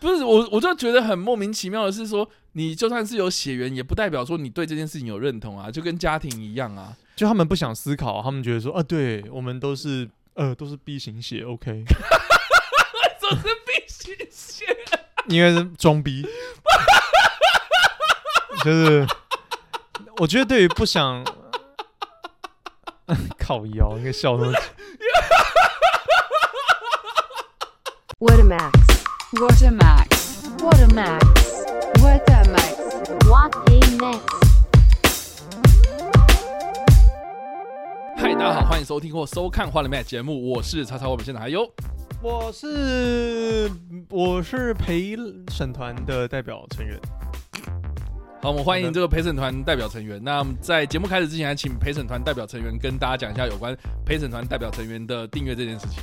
不是我，我就觉得很莫名其妙的是说，你就算是有血缘，也不代表说你对这件事情有认同啊，就跟家庭一样啊。就他们不想思考，他们觉得说啊，对我们都是呃都是 B 型血，OK，总是必须 先因为是装逼，就是我觉得对于不想 靠腰，那个笑声 Watermax. Watermax. Watermax. Watermax. What a max. 嗨，大家好，欢迎收听或收看《花了 m a 节目，我是叉叉，我们现在还有我是我是陪审团的代表成员，好，我们欢好迎的这个陪审团代表成员。那么在节目开始之前，还请陪审团代表成员跟大家讲一下有关陪审团代表成员的订阅这件事情。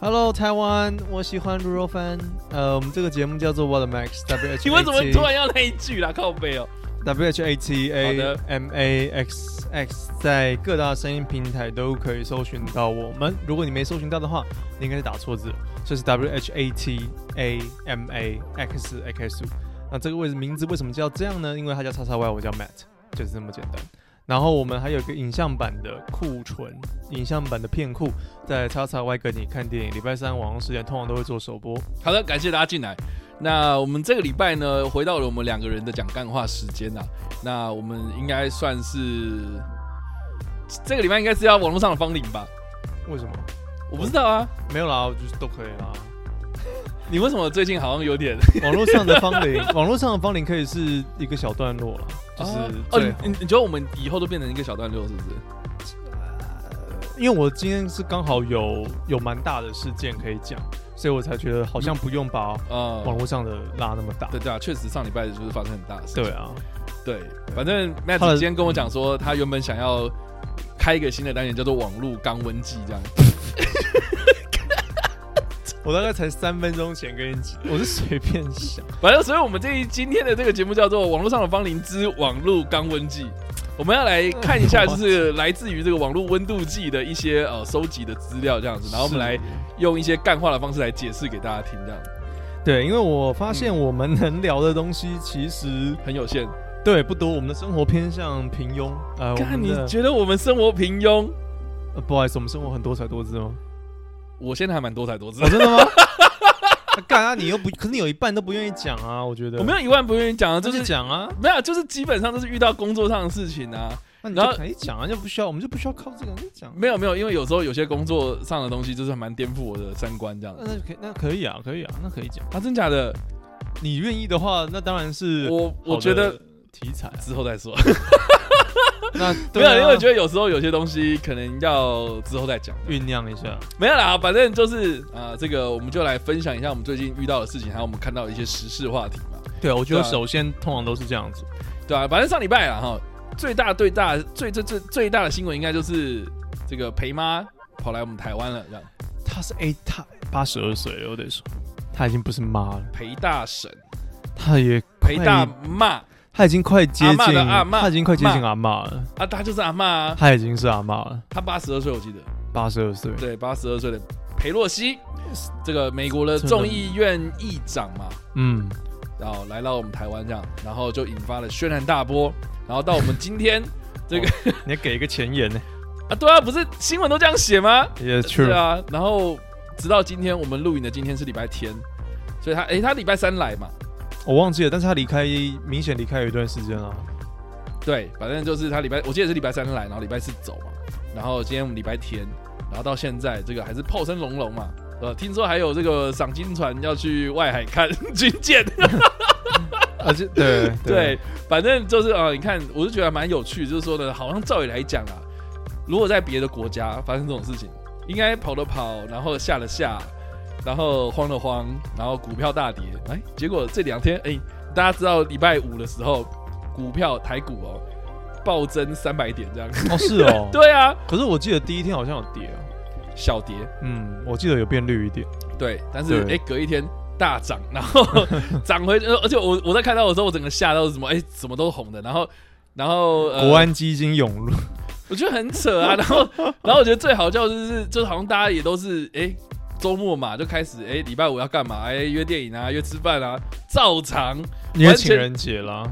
Hello，台湾，我喜欢卤肉饭。呃，我们这个节目叫做 What Max W H 请问怎么突然要那一句啦？靠背哦、 W H A T 好 A 的 M A X X 在各大声音平台都可以搜寻到我们。如果你没搜寻到的话，你应该是打错字了，这是 W H A T A M A X X。那这个位置名字为什么叫这样呢？因为它叫叉叉 Y，我叫 Matt，就是这么简单。然后我们还有一个影像版的库存，影像版的片库，在叉叉 Y 跟你看电影。礼拜三晚上十点通常都会做首播。好的，感谢大家进来。那我们这个礼拜呢，回到了我们两个人的讲干话时间啊。那我们应该算是这个礼拜应该是要网络上的芳龄吧？为什么？我不知道啊，没有啦，我就是都可以啦。你为什么最近好像有 点网络上的芳龄， 网络上的芳龄可以是一个小段落了，就是哦哦，最你你你觉得我们以后都变成一个小段落是不是？因为我今天是刚好有有蛮大的事件可以讲，所以我才觉得好像不用把啊、网络上的拉那么大。对对啊，确实上礼拜就是发生很大的事情。对啊，对，反正 Matt 他的今天跟我讲说，他原本想要开一个新的单元，叫做“网络肛温剂”这样。我大概才三分钟前跟你讲，我是随便 想，反正，所以我们这一今天的这个节目叫做《网络上的芳龄之网络肛温计》，我们要来看一下，就是来自于这个网络温度计的一些呃收集的资料这样子，然后我们来用一些干话的方式来解释给大家听，这样对，因为我发嗯现我们能聊的东西其实很有限。对不多，我们的生活偏向平庸。呃，我看，们你的、觉得我们生活平庸？呃不好意思，我们生活很多才多姿哦吗？我现在还蛮多才多姿哦，，真的 吗？啊干啊！你又不，可是你有一半都不愿意讲啊！我觉得我没有一万不愿意讲啊，就就是是讲啊，没有，就是基本上都是遇到工作上的事情啊。那你然后就可以讲啊，就不需要，我们就不需要靠这个你就讲啊。没有没有，因为有时候有些工作上的东西就是蛮颠覆我的三观这样那子。那可以，那可以啊，可以啊，那可以讲。啊，真假的？你愿意的话，那当然是我好我的觉得题材啊。之后再说。那 没对啊有，因为我觉得有时候有些东西可能要之后再讲。啊酝酿一下，没有啦，反正就是啊、呃这个我们就来分享一下我们最近遇到的事情，还有我们看到的一些时事话题嘛，对啊，我觉得对啊首先通常都是这样子。对啊，反正上礼拜啊哈，最大最大最最最最大的新闻应该就是这个裴妈跑来我们台湾了，这样他是 A，他八十二岁了，我得说，他已经不是妈了，裴大婶、他也裴快大妈他已经快接阿近嬷的阿嬷他已经快接近嬷阿妈了，啊，她就是阿妈啊，他已经是阿妈了，她八十二岁我记得，八十二岁。对，八十二岁的裴洛西，这个美国的众议院议长嘛，嗯，然后来到我们台湾这样，然后就引发了轩然大波，然后到我们今天你要给一个前言呢？啊，对啊，不是新闻都这样写吗？对也 true，啊，然后直到今天我们录影的今天是礼拜天，所以他诶，他礼拜三来嘛，我忘记了，但是他离开明显离开有一段时 间了。对，反正就是他礼拜，我记得是礼拜三来，然后礼拜四走嘛，然后今天我们礼拜天，然后到现在这个还是炮声隆隆嘛，呃，听说还有这个赏金船要去外海看 军舰，而且啊对 对，反正就是啊、呃你看，我就觉得蛮有趣，就是说呢，好像照理来讲啊，如果在别的国家发生这种事情，应该跑的跑，然后下的下，然后慌的慌，然后股票大跌，哎，结果这两天，哎，大家知道礼拜五的时候，股票台股哦暴增三百点这样，，哦是 哦对啊，可是我记得第一天好像有跌啊，小跌，嗯，我记得有变绿一点。对，但是哎对隔一天。大涨，然 后涨回，呃而且我我在看到的时候，我整个吓到是什么？哎，什么都红的，然后然后、呃、国安基金涌 入，我觉得很扯啊。然后，然后我觉得最好笑就是，就是好像大家也都是哎、诶周末嘛，就开始哎，礼拜五要干嘛？哎，约电影啊，约吃饭啊，照常。因为完情全人节啦，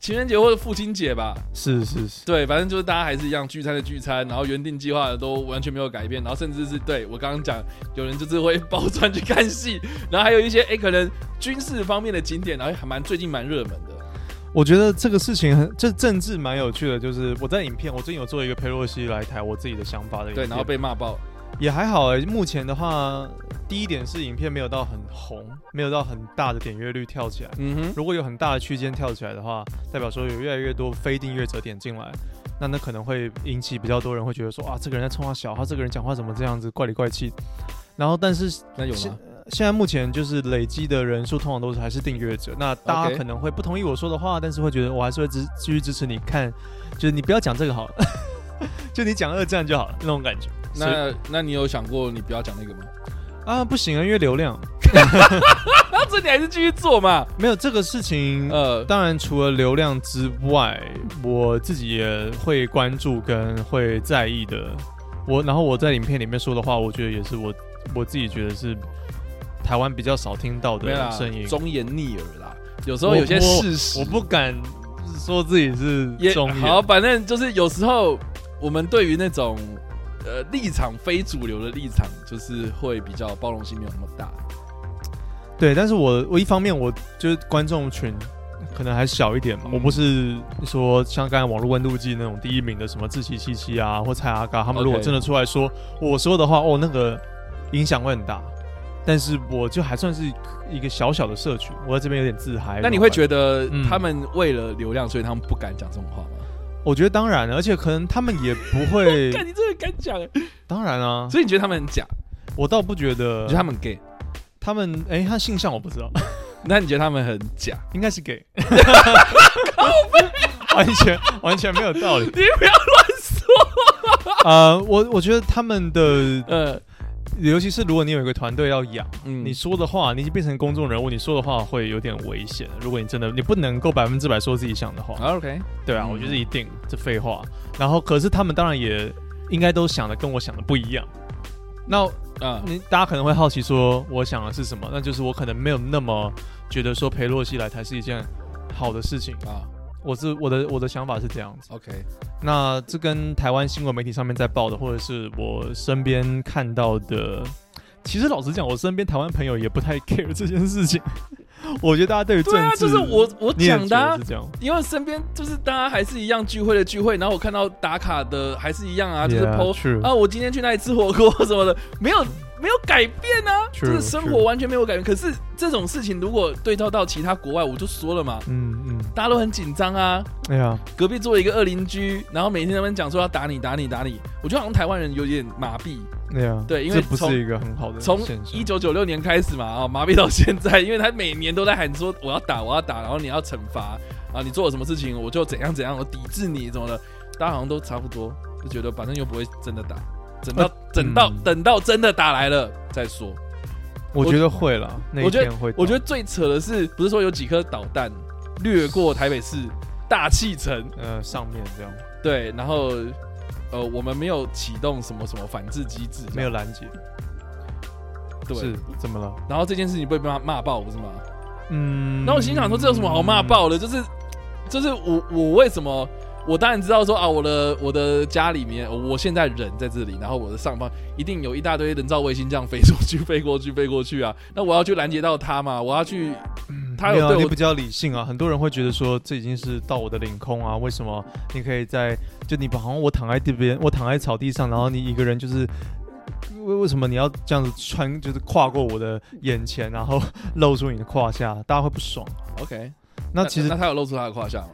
情人节或者父亲节吧，是是是，对，反正就是大家还是一样聚餐的聚餐，然后原定计划的都完全没有改变，然后甚至是对我刚刚讲，有人就是会包船去看戏， 然后还有一些哎可能军事方面的景点，然后还蛮最近蛮热门的，我觉得这个事情很，这政治蛮有趣的，就是我在影片，我最近有做一个佩洛西来台我自己的想法的影对，片，然后被骂爆，也还好哎、目前的话，第一点是影片没有到很红，没有到很大的点阅率跳起来。嗯哼，如果有很大的区间跳起来的话，代表说有越来越多非订阅者点进来，那那可能会引起比较多人会觉得说啊，这个人在冲他小，他这个人讲话怎么这样子怪里怪气。然后，但是那有是吗？现在目前就是累积的人数通常都是还是订阅者，那大家 OK 可能会不同意我说的话，但是会觉得我还是会支继续支持你看，就是你不要讲这个好了， 就你讲二战就好了那种感觉。所以那那你有想过你不要讲那个吗？ 啊不行啊，因为流量那这你还是继续做嘛，没有这个事情。呃，当然，除了流量之外，我自己也会关注跟会在意的。我然后我在影片里面说的话，我觉得也是我我自己觉得是台湾比较少听到没啦的声音，。忠言逆耳啦，有时候有些事实我不敢说自己是也中好，野，反正就是有时候我们对于那种呃立场非主流的立场，就是会比较包容性没有那么大。对，但是我我一方面我就是观众群可能还小一点嘛，嗯我不是说像刚才网络温度计那种第一名的什么志崎七七啊或蔡阿嘎，他们 OK 如果真的出来说我说的话，哦，那个影响会很大。但是我就还算是一个小小的社群，我在这边有点自嗨。那你会觉得嗯他们为了流量，所以他们不敢讲这种话吗？我觉得当然了，而且可能他们也不 。会看你真的敢讲欸，当然啊，所以你觉得他们很假？我倒不觉得你觉得他们很 gay？他们哎、他性向我不知道。那你觉得他们很假？应该是给，完全完全没有道理。你不要乱说。呃，我我觉得他们的，呃，尤其是如果你有一个团队要养，嗯你说的话，你已经变成公众人物，你说的话会有点危险。如果你真的，你不能够百分之百说自己想的话，好 OK，对啊，嗯我觉得一定这废话。然后，可是他们当然也应该都想的跟我想的不一样。那啊，你大家可能会好奇说，我想的是什么？那就是我可能没有那么觉得说裴洛西来台是一件好的事情。啊我是我的我的想法是这样子， ，OK，那这跟台湾新闻媒体上面在报的，或者是我身边看到的，其实老实讲，我身边台湾朋友也不太 care 这件事情。 我觉得大家对于政对治，啊，就是我我你也讲的觉啊得是这样，因为身边就是大家还是一样聚会的聚会，然后我看到打卡的还是一样啊，就是 Yeah, PO true 啊，我今天去那里吃火锅什么的， 没有没有改变啊， True, 就是生活完全没有改变。可是这种事情如果对照到其他国外，我就说了嘛，嗯嗯，大家都很紧张啊，哎呀，隔壁坐了一个恶邻居，然后每天在那边讲说要打你打你打你，我觉得好像台湾人有点麻痹。哎呀，对因为这不从是一个很好的从现象一九九六年开始嘛，啊、麻痹到现在，因为他每年都在喊说我要打，我要打，然后你要惩罚啊，你做了什么事情，我就怎样怎样，我抵制你怎么的，大家好像都差不多，就觉得反正又不会真的打，等到、呃等到、嗯等到真的打来了再说。我觉得会了，那一我觉得天会到，我觉得最扯的是，不是说有几颗导弹掠过台北市大气层，呃上面这样对，然后呃我们没有启动什么什么反制机制，没有拦截，对是，怎么了？然后这件事情被骂骂爆不是吗？嗯，然后我心想说，这有什么好骂爆的？就是，就是我我为什么？我当然知道说啊，我的我的家里面，我现在人在这里，然后我的上方一定有一大堆人造卫星这样飞出去、飞过去、飞过去啊。那我要去拦截到他嘛？我要去，他没有有啊对你我比较理性啊，很多人会觉得说这已经是到我的领空啊，为什么你可以在就你好像我躺在这边，我躺在草地上，然后你一个人就是为为什么你要这样子穿，就是跨过我的眼前，然后露出你的胯下，大家会不爽。 OK。那其实那他有露出他的胯下吗？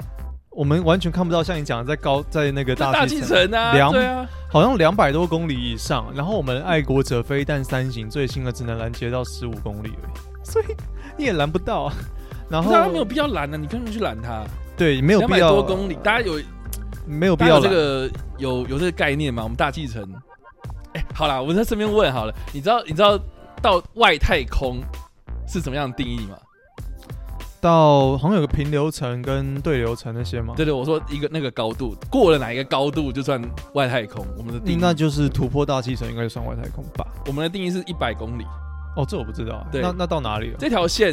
我们完全看不到，像你讲的在高在那个就大大气气层啊，两对啊，好像两百多公里以上，然后我们爱国者飞弹三型最新的只能拦截到十五公里而已，所以你也拦不到啊。然不后是他没有必要拦啊，你干嘛去拦他？对没有两必百要啊多公里，大家有没有必大家要有这拦个有有这个概念吗？我们大气层，哎、好啦，我在这边问好了，你知道你知道到外太空是怎么样的定义吗？到好像有个平流层跟对流层那些嘛，对对，我说一个那个高度过了哪一个高度就算外太空。我们的定义，嗯那就是突破大气层，应该就算外太空吧？我们的定义是一百公里。哦，这我不知道。对那那到哪里了？这条线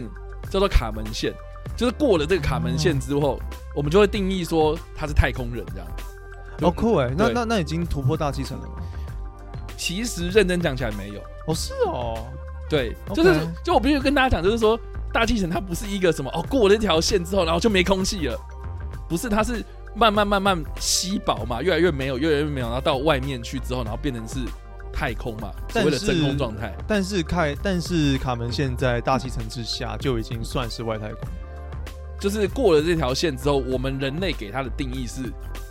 叫做卡门线，就是过了这个卡门线之后，嗯我们就会定义说他是太空人这样。好酷哎！那对那那已经突破大气层了吗？其实认真讲起来没有，哦，是哦。对， OK 就是就我必须跟大家讲，就是说大气层它不是一个什么哦过了这条线之后，然后就没空气了，不是，它是慢慢慢慢稀薄嘛，越来越没有，越来越没有，然后到外面去之后，然后变成是太空嘛，所但谓的是真空状态。但是开，但是卡门现在大气层之下就已经算是外太空。就是过了这条线之后，我们人类给它的定义是，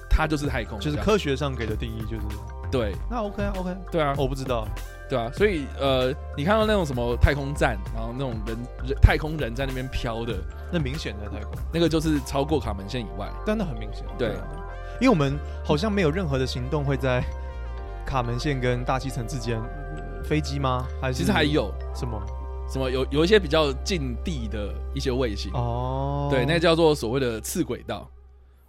它就是太空这就样，是科学上给的定义就是，对那 OK 啊 OK，对啊，我不知道，对啊，所以呃，你看到那种什么太空站，然后那种人人太空人在那边飘的那明显的太空，那个，就是超过卡门线以外，但那很明显。对啊，因为我们好像没有任何的行动会在卡门线跟大气层之间，飞机吗？还是其实还有什么？什么有有一些比较近地的一些卫星，哦，对，那叫做所谓的次轨道。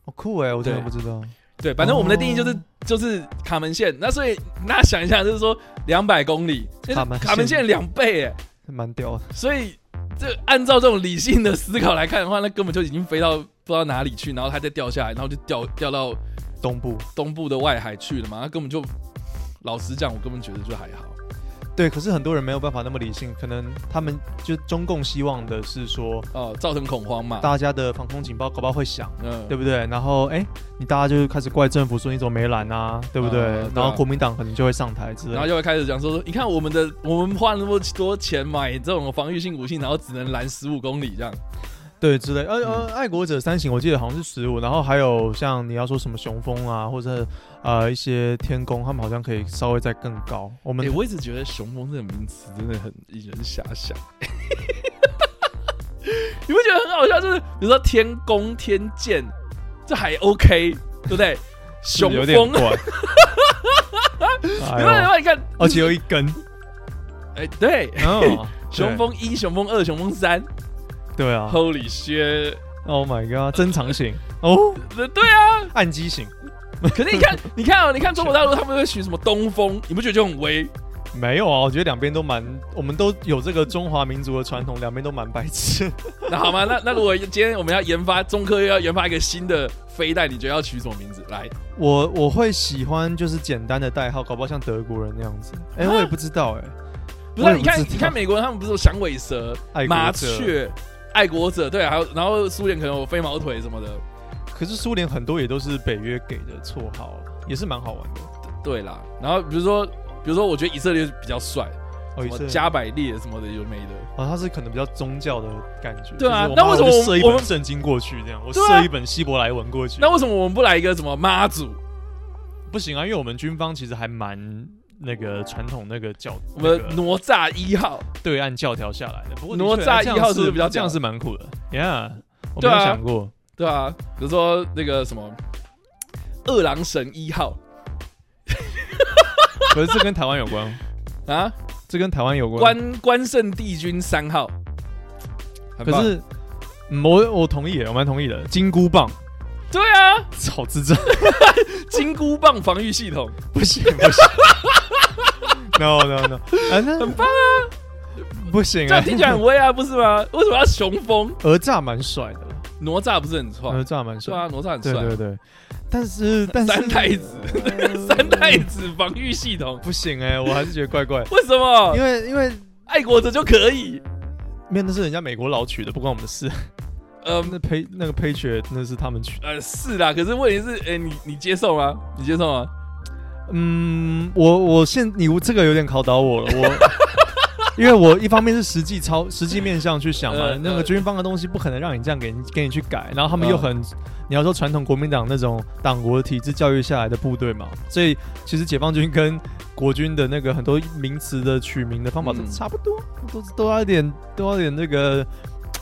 好酷哎，我真的对不知道。对，反正我们的定义就是、哦就是卡门线。那所以那想一下，就是说两百公里，就是卡门线卡门线两倍哎，蛮屌的，所以这按照这种理性的思考来看的话，那根本就已经飞到不知道哪里去，然后它再掉下来，然后就掉掉到东部东部的外海去了嘛，那根本就，老实讲，我根本觉得就还好。对，可是很多人没有办法那么理性，可能他们就中共希望的是说，哦、造成恐慌嘛。大家的防空警报搞不好会响，嗯，对不对？然后哎，你大家就开始怪政府说你怎么没拦啊，对不对？呃对啊然后国民党可能就会上台之类然后的。就会开始讲说，你看我们的，我们花了那么多钱买这种防御性武器，然后只能拦十五公里这样。对，之类，呃呃，爱国者三型我记得好像是十五，然后还有像你要说什么雄风啊，或者呃一些天宫，他们好像可以稍微再更高。我哎、们我一直觉得“雄风”这个名词真的很引人遐想。 你不觉得很好笑？就是比如说天宫、天剑，这还 OK，对不 对？雄有点风， 怪，哦你看，你看，哎呦你看，而且有一 根，哎、对，哦，雄风一、雄风二、雄风三对对啊，Holy shit！ ，Oh my god，珍藏型哦，对对啊，暗机型可是你看， 你看哦，你看中国大陆他们会取什么东风，你不觉得就很威？没有啊，我觉得两边都蛮，我们都有这个中华民族的传统，两边都蛮白痴。 那好吗？那那如果今天我们要研发中科又要研发一个新的飞弹，你觉得要取什么名字？来，我我会喜欢就是简单的代号，搞不好像德国人那样子。哎、啊我也不知道哎、不是啊、我也你不知看，道你看美国人他们不是有响尾蛇、爱国麻者，雀、爱国者，对、啊，还有然后苏联可能有飞毛腿什么的，可是苏联很多也都是北约给的绰号啊，也是蛮好玩的。哦对啦。然后比如说，比如说，我觉得以色列比较帅，什哦，也么是加百列什么的有没的。哦，它是可能比较宗教的感觉。对啊就是那为什么我我妈我就射一我本们圣经过去这样？我对啊射一本希伯来文过去？那为什么我们不来一个什么妈祖？不行啊，因为我们军方其实还蛮那个传统那个教，我们那个哪吒一号？对岸教条下来的。不过哪吒一号是不是是比较屌这样是蛮酷的？Yeah，我没对有啊想过。对啊，比如说那个什么二郎神一号可是这跟台湾有 关，啊，这跟台湾有关。关关圣帝君三号，很可棒是，嗯我我同意耶，我蛮同意的。金箍棒，对啊，好智障，金箍棒防御系 统不行不行。no no no，啊，那很棒啊，不行这啊样，听起来很威啊，不是吗？为什么要雄风？哪吒蛮帅的，哪吒不是很帅哪？吒蛮对帅，啊，哪吒很呃对帅。对对。但是但是三太子， 三太子防御系统，不行哎，我还是觉得怪怪， 为什么因为因为爱国者就可以？没有那是人家美国老曲的，不关我们的事。 嗯那配那个配曲那是他们曲的。呃，是啦，可是问题是，哎，你你接受吗？你接受吗？嗯，我我现你这个有点考倒我了， 我因为我一方面是实际操实际面向去想嘛，呃那个呃军方的东西不可能让你这样给你给你去改，然后他们又嗯很、你要说传统国民党那种党国体制教育下来的部队嘛，所以其实解放军跟国军的那个很多名词的取名的方法都嗯差不多，都都要一点都要一点那个。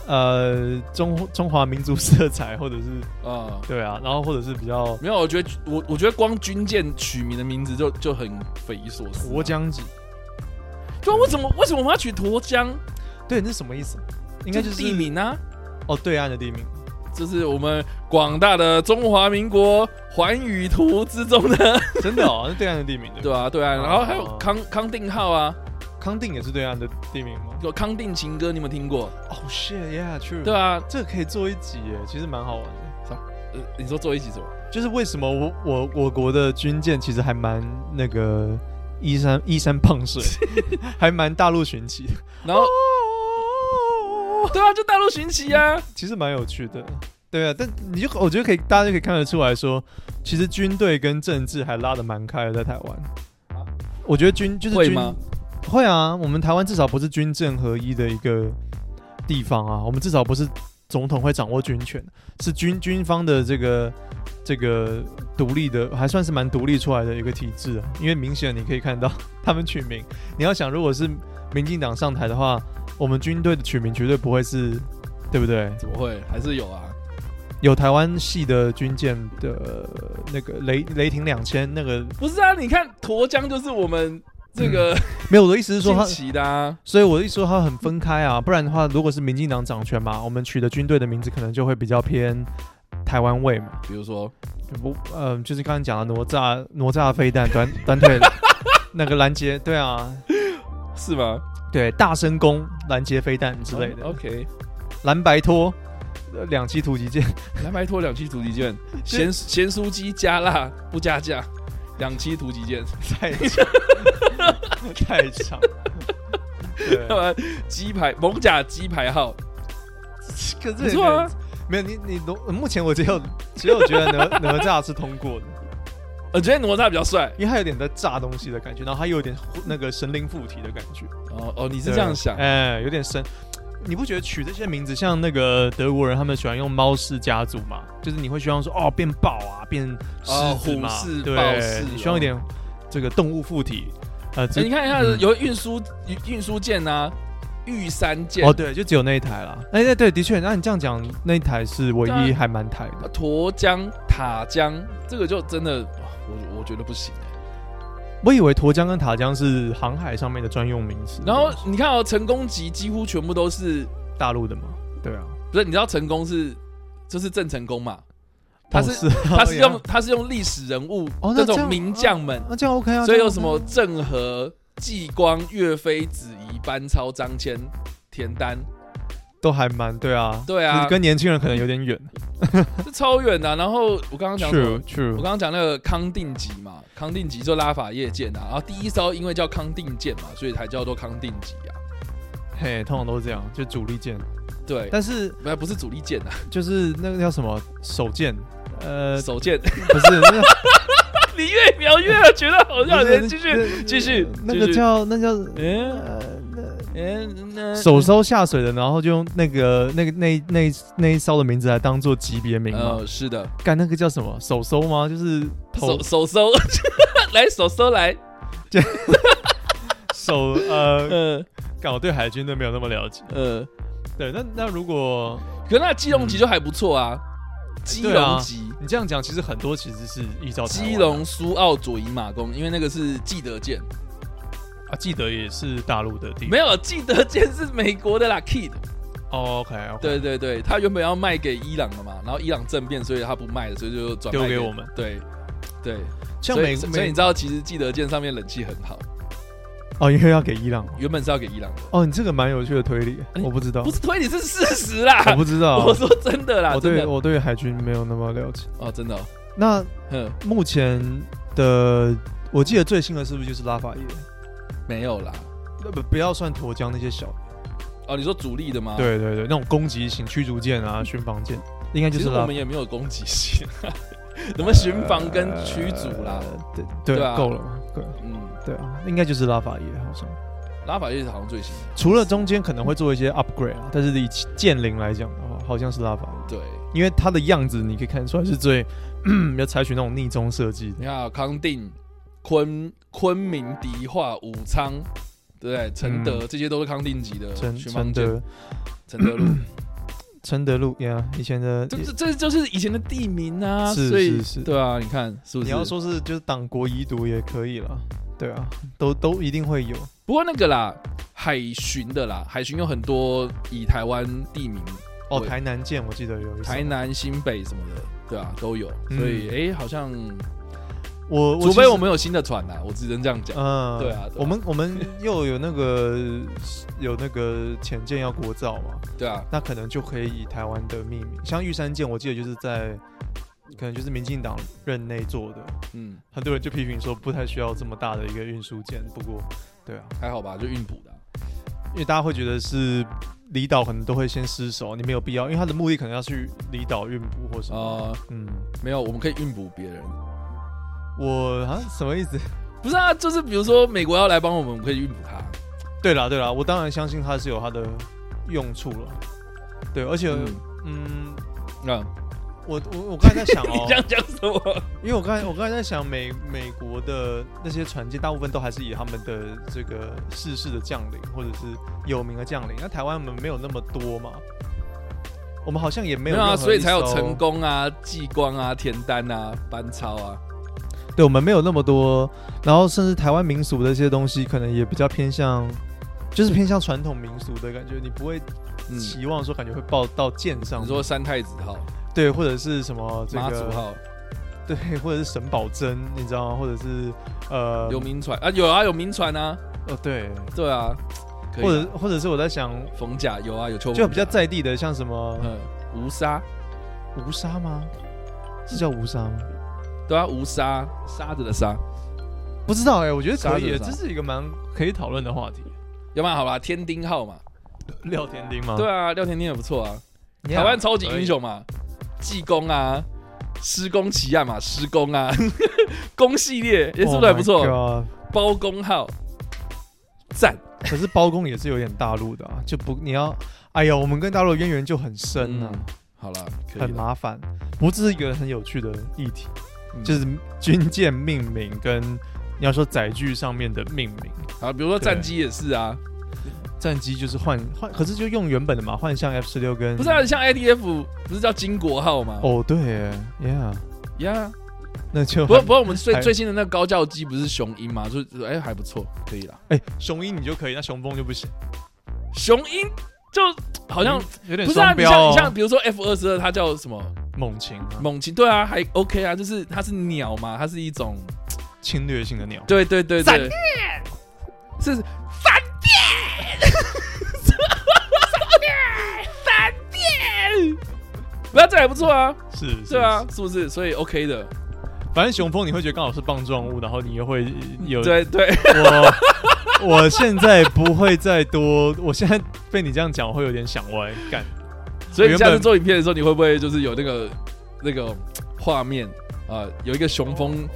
呃，中中华民族色彩，或者是啊，对啊，然后或者是比较没有，我觉得我我觉得光军舰取名的名字就就很匪夷所思、沱，江级，对啊，为什么为什么我们要取沱江？对，那是什么意思？应该这就是地名啊，哦，对岸的 地名，这是我们广大的中华民国环宇图之中 的，真的哦，是对岸的地名，对吧？吧、对啊，然后还有哦康康定号啊，康定也是对岸的地名吗？有康定情歌，你有没有听过？哦、shit，yeah，true，对，啊，这个可以做一集耶，其实蛮好玩的。呃，你说做一起什么？就是为什么我我我国的军舰其实还蛮那个依山依山傍 水，还蛮大陆寻奇的，然后哦对啊，就大陆寻奇啊，其实蛮有趣的。对啊，但你就我觉得可以，大家就可以看得出来说，其实军队跟政治还拉得蛮开的，在台湾。我觉得军就是啊会军吗？会啊，我们台湾至少不是军政合一的一个地方啊，我们至少不是总统会掌握军权，是军军方的这个这个独立的，还算是蛮独立出来的一个体制啊。因为明显你可以看到他们取名，你要想如果是民进党上台的话，我们军队的取名绝对不会是，对不对？怎么会？还是有啊，有台湾系的军舰的那个雷雷霆两千那个，不是啊？你看沱江就是我们这个 没有我的意嗯思是说近他期的啊，所以我一说它很分开啊，不然的话，如果是民进党掌权嘛，我们取的军队的名字可能就会比较偏台湾味嘛。比如说就不，嗯、就是刚刚讲的哪吒、哪吒飞弹、短短腿 那个拦截，对啊，是吗？对，大声功拦截飞弹之类哦的， OK，蓝白拖。呃两栖突击舰， 蓝白拖两栖突击舰，咸咸酥鸡加辣不加价，两栖突击舰，太长，太长，对，鸡排蒙甲鸡排号，可是不错啊，没有你，你目前我只有只有觉得哪哪吒是通过的，我觉得哪吒比较帅。因为它有点在炸东西的感觉，然后它又有点那个神灵附体的感觉，哦哦，你是这样想？哎、有点神。你不觉得取这些名字，像那个德国人，他们喜欢用猫氏家族嘛？就是你会希望说，哦，变豹啊，变狮子嘛，哦虎式对豹式哦你希望一点这个动物附体，呃，哎只你看一下，嗯有运输运输舰啊，玉山舰哦，，对，就只有那一台啦。哎、对对，的确，那你这样讲，那一台是唯对啊一还蛮台的。沱江、塔江，这个就真的，哇我我觉得不行。我以为沱江跟塔江是航海上面的专用名词，然后你看哦，成功级几乎全部都是，大陆的嘛，对啊，不是？你知道成功是就是郑成功嘛？他哦是、是他是哦用他是用历史人物哦那这这种样名将们，那这样 OK 啊，所以有这样 OK 什啊么郑和、纪光、岳飞、子仪、班超、张骞、田丹，都还蛮对啊，对就啊是，跟年轻人可能有点远。这超远的啊、然后我刚刚讲什么我 True True，刚刚讲那个康定级嘛，康定级就拉法叶舰啊，然后第一艘因为叫康定舰嘛，所以才叫做康定级啊。嘿，通常都是这样，就主力舰，对，但是不不是主力舰啊，就是那个叫什么手舰，呃，手 舰。 不是那个你越描越觉得好笑，不是你继续。那继续那继个续叫那叫嗯呃嗯，那那手收下水的，然后就用那个那个那那那一艘的名字来当做级别名嘛呃，是的，干那个叫什么手收吗？就是头手手收 来手收来，手呃， 呃搞对海军都没有那么了解。呃，对，那那如果可那基隆级就还不错啊，基对啊隆级。你这样讲，其实很多其实是依照台湾基隆、苏澳、左营、马公，因为那个是纪德舰，啊，记得也是大陆的地方。没有纪德舰是美国的啦，Kid。哦 OK OK，对对对，他原本要卖给伊朗的嘛，然后伊朗政变，所以他不卖了，所以就转卖丢给我们。对对，像所美以所以你美知道，其实纪德舰上面冷气很好，哦，因为要给伊朗原本是要给伊朗的，哦，你这个蛮有趣的推理，哎我不知道不，是推理是事实啦。我不知道， 啊我说真的啦，我真对的我对海军没有那么了解。哦，真的、哦，那哼，目前的，我记得最新的是不是就是拉法耶？没有啦。那不不要算沱江那些小，哦，你说主力的吗？，对对对，那种攻击型驱逐舰啊、巡防舰，应该就其是实拉我们也没有攻击性， 什么巡防跟驱逐啦，呃对对啊对，够了嘛，对嗯，对啊，应该就是拉法耶好像。拉法叶好像最新的，除了中间可能会做一些 upgrade 啊，但是以剑灵来讲的话，好像是拉法，对，因为它的样子你可以看出来是最 要采取那种逆中设计的你。看啊康定、昆昆明、迪化、武昌，对不对？承德、这些都是康定级的嗯承巡承防舰，德承德 路，承德路呀以前的这这这就是以前的地名啊，是所以是是对啊，你看是不是？你要说是就是党国遗毒也可以了，对啊，都都一定会有。不过那个啦，海巡的啦，海巡有很多以台湾地名哦，对台南见，我记得有一次台，南、新北什么的，对啊，都有。嗯所以哎、诶好像我除非我们。们有新的船啊啦，我只能这样讲。嗯，对啊对啊我们我们又有那个 有那个潜舰要国造嘛，对啊，那可能就可以以台湾的命名，像玉山舰，我记得就是在可能就是民进党任内做的，嗯，很多人就批评说不太需要这么大的一个运输舰，不过对啊，还好吧，就运补的啊、因为大家会觉得是离岛可能都会先失守，你没有必要，因为它的目的可能要去离岛运补或什么，呃，嗯，没有，我们可以运补别人。我啊什么意思？不是啊，就是比如说美国要来帮我们，我们可以运补他。对啦对啦，我当然相信它是有它的用处了，对，而且嗯，嗯那、我我我刚 才在想哦 你，想讲什么？因为我刚才我刚才在想美美国的那些船舰，大部分都还是以他们的这个世事的将领或者是有名的将领，那台湾我们没有那么多嘛，我们好像也没没有有啊，任何所以才有一艘成，功啊、继光啊、田丹啊、班超啊。对我们没有那么多，然后甚至台湾民俗的这些东西，可能也比较偏向。就是偏向传统民俗的感觉，你不会嗯，期望说感觉会报到舰上面，你说三太子号、对，或者是什么这妈祖个号、对，或者是沈葆桢，你知道吗？或者是呃，有民船啊，有啊，有民船啊，哦对，对啊，可以啊或者或者是我在想，冯甲有啊，有邱就冯比较甲在地的，像什么嗯，吴沙，吴沙吗？是叫吴沙吗？对啊，吴沙，沙子的沙，不知道哎、我觉得沙可是以欸，啥这是一个蛮可以讨论的话题。要不然好吧，天丁号嘛，廖天丁吗？对啊，廖天丁也不错啊， Yeah，台湾超级英雄嘛，济公啊，施工奇案嘛，施工啊， 工系列可以，也是不是还不错 Oh my god 包公号，赞，可是包公也是有点大陆的啊，就不你要，哎呀，我们跟大陆的渊源就很深啊，嗯好了，可以很了，麻烦，不是一个很有趣的议题，嗯就是军舰命名跟你要说载具上面的命名。好，比如说战机也是啊，战机就是换换，可是就用原本的嘛，换像 F 十六跟不是啊，像 IDF 不是叫金国号吗？哦，对耶，Yeah，呀，那就不 过不过我们最还最新的那个高教机不是雄鹰吗？就是哎还不错，可以啦。哎，雄鹰你就可以，那雄风就不行，雄鹰就好像有点不是啊，嗯双你标像哦你像比如说 F 二十二，它叫什么猛禽啊，猛禽？对啊，还 OK 啊，就是它是鸟嘛，它是一种侵略性的鸟，对对对闪对，是闪电，闪电，闪电， 不要这还不错啊，是，是对啊，，是不是？所以 OK 的，是反正雄风你会觉得刚好是棒状物，然后你又会 有对对， 我，我现在不会再多，我现在被你这样讲我会有点想歪， 干，所以你原下次本做影片的时候，你会不会就是有那个那个画面啊、有一个雄 风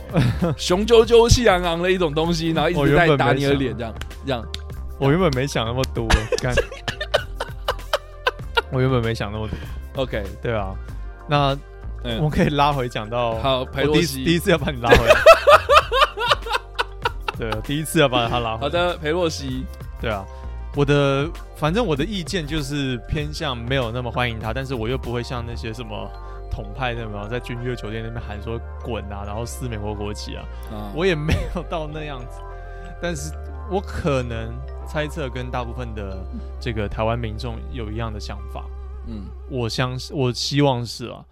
雄赳赳气昂昂的一种东西，然后一我直原在本打没你的想脸，这样这样。我原本没想那么多，干，我原本没想那么多， OK，对啊，那我嗯们，可以拉回讲到好，裴洛我第一次第一西，次要把你拉回 来。对，我第一次要把他拉回来。好，的，裴洛西，对啊，我的反正我的意见就是偏向没有那么欢迎他，但是我又不会像那些什么统派那种在君悦酒店那边喊说滚啊，然后撕美国国旗啊，啊，我也没有到那样子，但是我可能猜测跟大部分的这个台湾民众有一样的想法，嗯我相信，我希望是啊。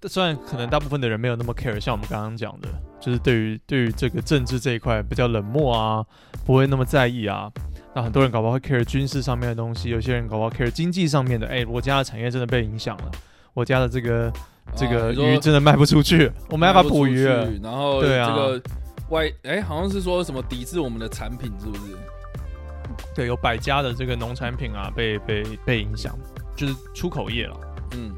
但虽然可能大部分的人没有那么 care，像我们刚刚讲的，就是对于对于这个政治这一块比较冷漠啊，不会那么在意啊。那很多人搞不好会 care 军事上面的东西，有些人搞不好 care 经济上面的。哎、我家的产业真的被影响了，我家的这个这啊个你说鱼真的卖不出去，我没办法捕鱼卖了不出。去然后对这啊个外，哎，好像是说什么抵制我们的产品，是不是？对，有百家的这个农产品啊，被被被影响，就是出口业了。嗯，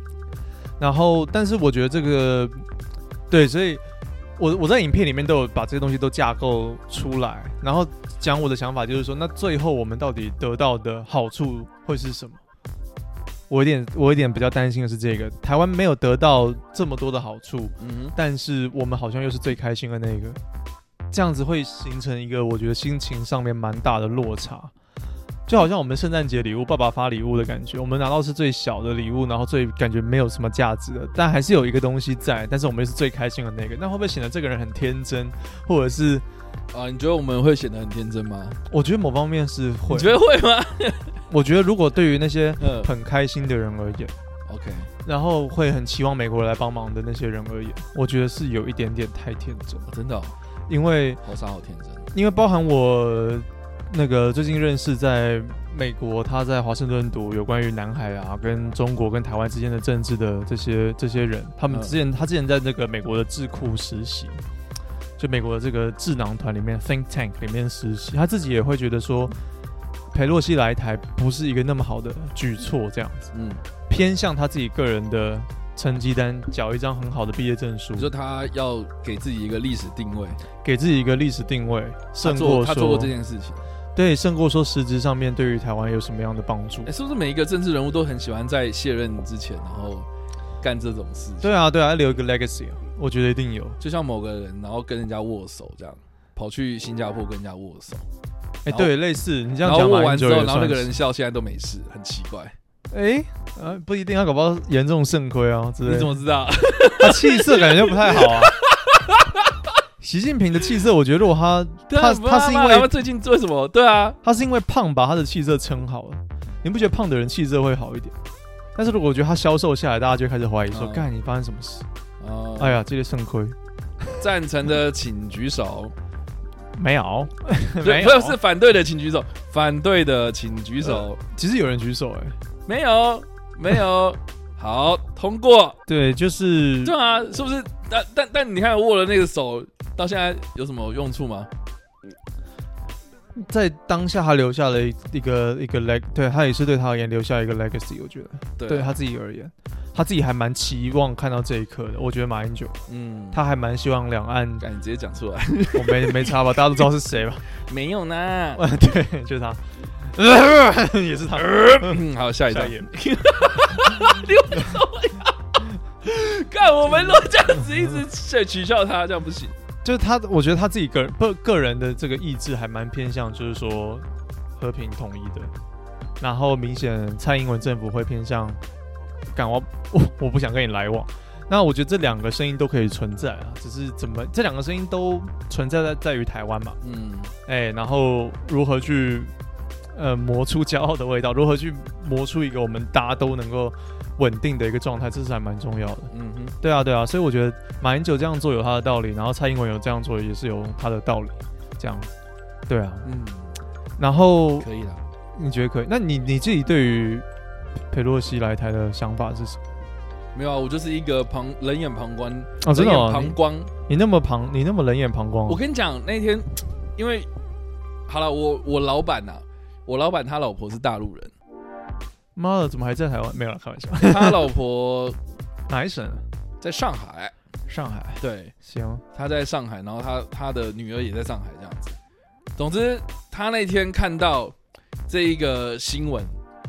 然后，但是我觉得这个，对，所以我我在影片里面都有把这些东西都架构出来，然后讲我的想法，就是说，那最后我们到底得到的好处会是什么？我有点，我有点比较担心的是这个，台湾没有得到这么多的好处，嗯但是我们好像又是最开心的那个，这样子会形成一个我觉得心情上面蛮大的落差，就好像我们圣诞节礼物爸爸发礼物的感觉，我们拿到是最小的礼物，然后最感觉没有什么价值的，但还是有一个东西在，但是我们又是最开心的那个，那会不会显得这个人很天真，或者是哼，啊，你觉得我们会显得很天真吗？我觉得某方面是会 你觉，得会吗？我觉得如果对于那些嗯，很开心的人而言， OK，然后会很期望美国来帮忙的那些人而言，我觉得是有一点点太天真，哦真的、哦、因为好傻好天真。哦因为包含我那个最近认识在美国，他在华盛顿读有关于南海啊、跟中国跟台湾之间的政治的这些这些人，他们嗯之前、他之前在那个美国的智库实习，就美国的这个智囊团里面 think tank 里面实习，他自己也会觉得说，裴洛西来台不是一个那么好的举措，这样子嗯，偏向他自己个人的成绩单，缴一张很好的毕业证书你，说他要给自己一个历史定位，给自己一个历史定位，他胜过做他做过说这件事情。对，胜过说实质上面对于台湾有什么样的帮助哎、？是不是每一个政治人物都很喜欢在卸任之前，然后干这种事情？对啊，对啊，留一个 legacy，啊我觉得一定有。就像某个人，然后跟人家握手这样，跑去新加坡跟人家握手，哎，然后对，类似你这然样后讲握马完英之九后，也然后那算个是，人笑，现在都没事，很奇 怪。哎，呃，不一定，他搞不好严重肾亏啊之类 的。你怎么知 道？他气色感觉就不太好啊？ 习近平的气色，我觉得如果他对他啊，他是因妈妈他们为最近为什么？对啊，他是因为胖把他的气色撑好了，你不觉得胖的人气色会好一点？但是如果我觉得他消瘦下来，大家就开始怀疑说，嗯干你发生什么事？哦、哎呀，这个肾亏赞成的请举 手，没有， 对 没不有呃是反对的请举手，反对的请举手，其实有人举手哎、没有，没有，好，通过。对，就是对啊，是不是？但但但你看握了那个手，到现在有什么用处吗？在当下他留下了一一个一个 leg，对他也是对他而言留下一个 legacy，我觉得对啊对他自己而言，他自己还蛮期望看到这一刻的。我觉得马英九嗯，他还蛮希望两岸，敢直接讲出来， 我没没差吧，大家都知道是谁吧？ 没有呢。呃对，就是他， 也是他。嗯，好，下一下段一。页看我们都这样子一直取取笑他，这样不行。就是他，我觉得他自己个人不个人的这个意志还蛮偏向，就是说和平统一的。然后明显蔡英文政府会偏向，敢我 我我不想跟你来往。那我觉得这两个声音都可以存在啊，只是怎么这两个声音都存在在在于台湾嘛，嗯，哎，然后如何去呃磨出骄傲的味道，如何去磨出一个我们大家都能够稳定的一个状态，这是还蛮重要的。嗯哼，对啊，对啊，所以我觉得马英九这样做有他的道理，然后蔡英文有这样做也是有他的道理，这样，对啊。嗯，然后可以啦。你觉得可以？那你你自己对于佩洛西来台的想法是什么？没有啊，我就是一个旁冷眼旁观，哦，真冷眼的、哦旁你，观。你那么旁，你那么冷眼旁观我哦，跟你讲，那天因为好了，我我老板呐、啊我老板他老婆是大陆人，妈的，怎么还在台湾？没有了，开玩笑。他老婆哪一省？在上海， 上海。对，行，他在上海，然后他他的女儿也在上海，这样子。总之，他那天看到这一个新闻，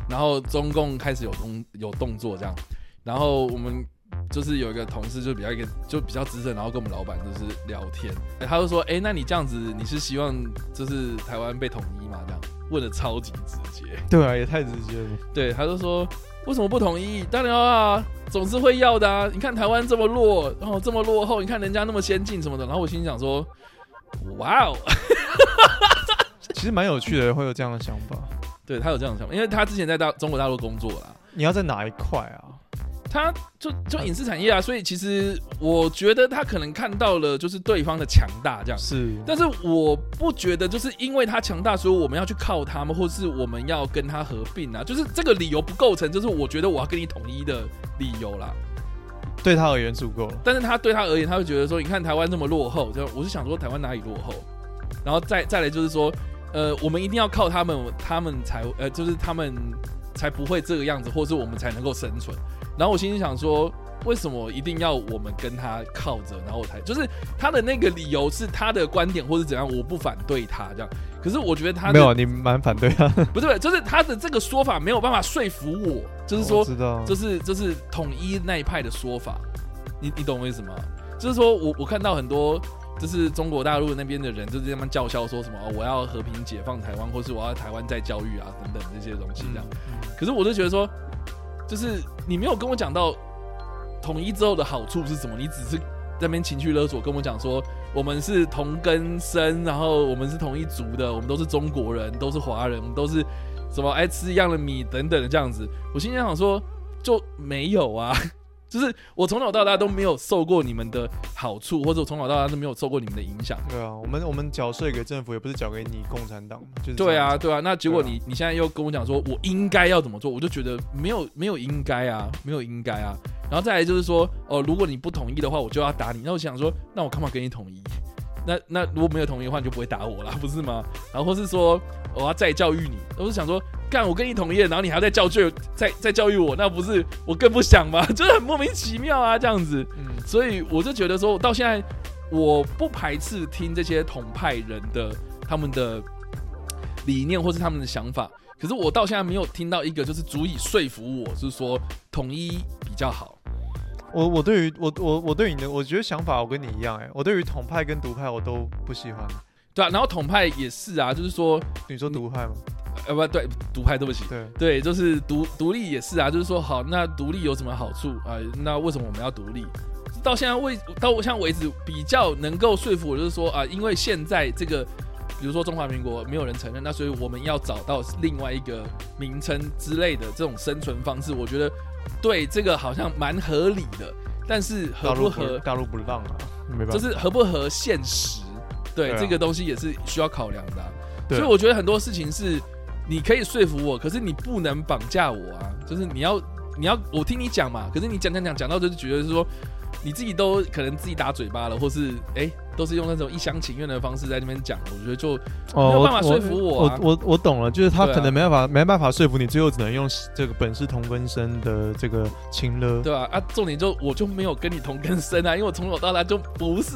然后中共开始有动有动作这样，然后我们就是有一个同事就比较一个就比较资深，然后跟我们老板就是聊天，哎他就说：“哎、那你这样子，你是希望就是台湾被统一吗？”这样问的超级直接，对啊，也太直接了。对，他就说。为什么不统一？当然要啊，总是会要的啊！你看台湾这么弱，然、后这么落后，你看人家那么先进什么的，然后我心里想说，哇哦，其实蛮有趣的，会有这样的想法。对他有这样的想法，因为他之前在大中国大陆工作啦，你要在哪一块啊？他就就影视产业啊，所以其实我觉得他可能看到了就是对方的强大这样，是，但是我不觉得就是因为他强大，所以我们要去靠他们，或是我们要跟他合并啊，就是这个理由不构成，就是我觉得我要跟你统一的理由啦。对他而言足够了。但是他对他而言，他会觉得说，你看台湾这么落后，就我是想说台湾哪里落后，然后再再来就是说，呃，我们一定要靠他们，他们才呃，就是他们才不会这个样子，或是我们才能够生存。然后我心里想说，为什么一定要我们跟他靠着，然后我才就是他的那个理由是他的观点或是怎样，我不反对他这样。可是我觉得他的没有，你蛮反对啊。不是不是，就是他的这个说法没有办法说服我，就是 说我知道，就是就是统一那一派的说法，你你懂我意思吗？就是说我我看到很多就是中国大陆那边的人就是他们叫嚣说什么、哦、我要和平解放台湾，或是我要台湾再教育啊等等这些东西这样。嗯可是我就觉得说，就是你没有跟我讲到统一之后的好处是什么，你只是在那边情绪勒索跟我讲说我们是同根生，然后我们是同一族的，我们都是中国哎人，都是华人，我们都是什么爱吃一样的米等等的这样子。我心里想说，就没有啊。 就是我从小到大都没有受过你们的好处，或者我从小到大都没有受过你们的影响。对啊，我们我们缴税给政府，也不是缴给你共产党嘛，就是这对样啊，子，对啊。那结果对啊你、你现在又跟我讲说，我应该要怎么做，我就觉得没有没有应该啊，没有应该啊。然后再来就是说，哦、如果你不同意的话，我就要打你。那我想说，那我干嘛跟你统一？那那如果没有同意的话，你就不会打我啦， 不是吗？然后或是说，我要再教育你。我是想说，干我跟你统一了，然后你还要再教育再再教育我，那不是我更不想吗？ 就是很莫名其妙啊，这样子。嗯，所以我就觉得说，我到现在我不排斥听这些统派人的他们的理念或是他们的想法，可是我到现在没有听到一个就是足以说服我，是说统一比较好。我我对于我我我对你的，我觉得想法我跟你一样哎、我对于统派跟独派我都不喜欢。对啊，然后统派也是啊，就是说，你说你独派吗？呃，不对，独派，对不起，对，对，就是独独立也是啊，就是说，好，那独立有什么好处啊、那为什么我们要独立？到现在为到我现在为止，比较能够说服我，就是说啊、因为现在这个，比如说中华民国没有人承认，那所以我们要找到另外一个名称之类的这种生存方式，我觉得对这个好像蛮合理的，但是合大不陆合不大陆不让啊，没办法，就是合不合现实，对对啊这个东西也是需要考量的啊、对所以我觉得很多事情是你可以说服我，可是你不能绑架我啊！就是你要你要我听你讲嘛，可是你讲讲讲讲到就是觉得是说你自己都可能自己打嘴巴了，或是哎、都是用那种一厢情愿的方式在那边讲，我觉得就哦没有办法说服我我啊我我我懂了，就是他对啊可能没办法、没办法说服你，最后只能用这个本是同根生的这个情勒。对吧、啊？重点就我就没有跟你同根生啊，因为我从小到大就不是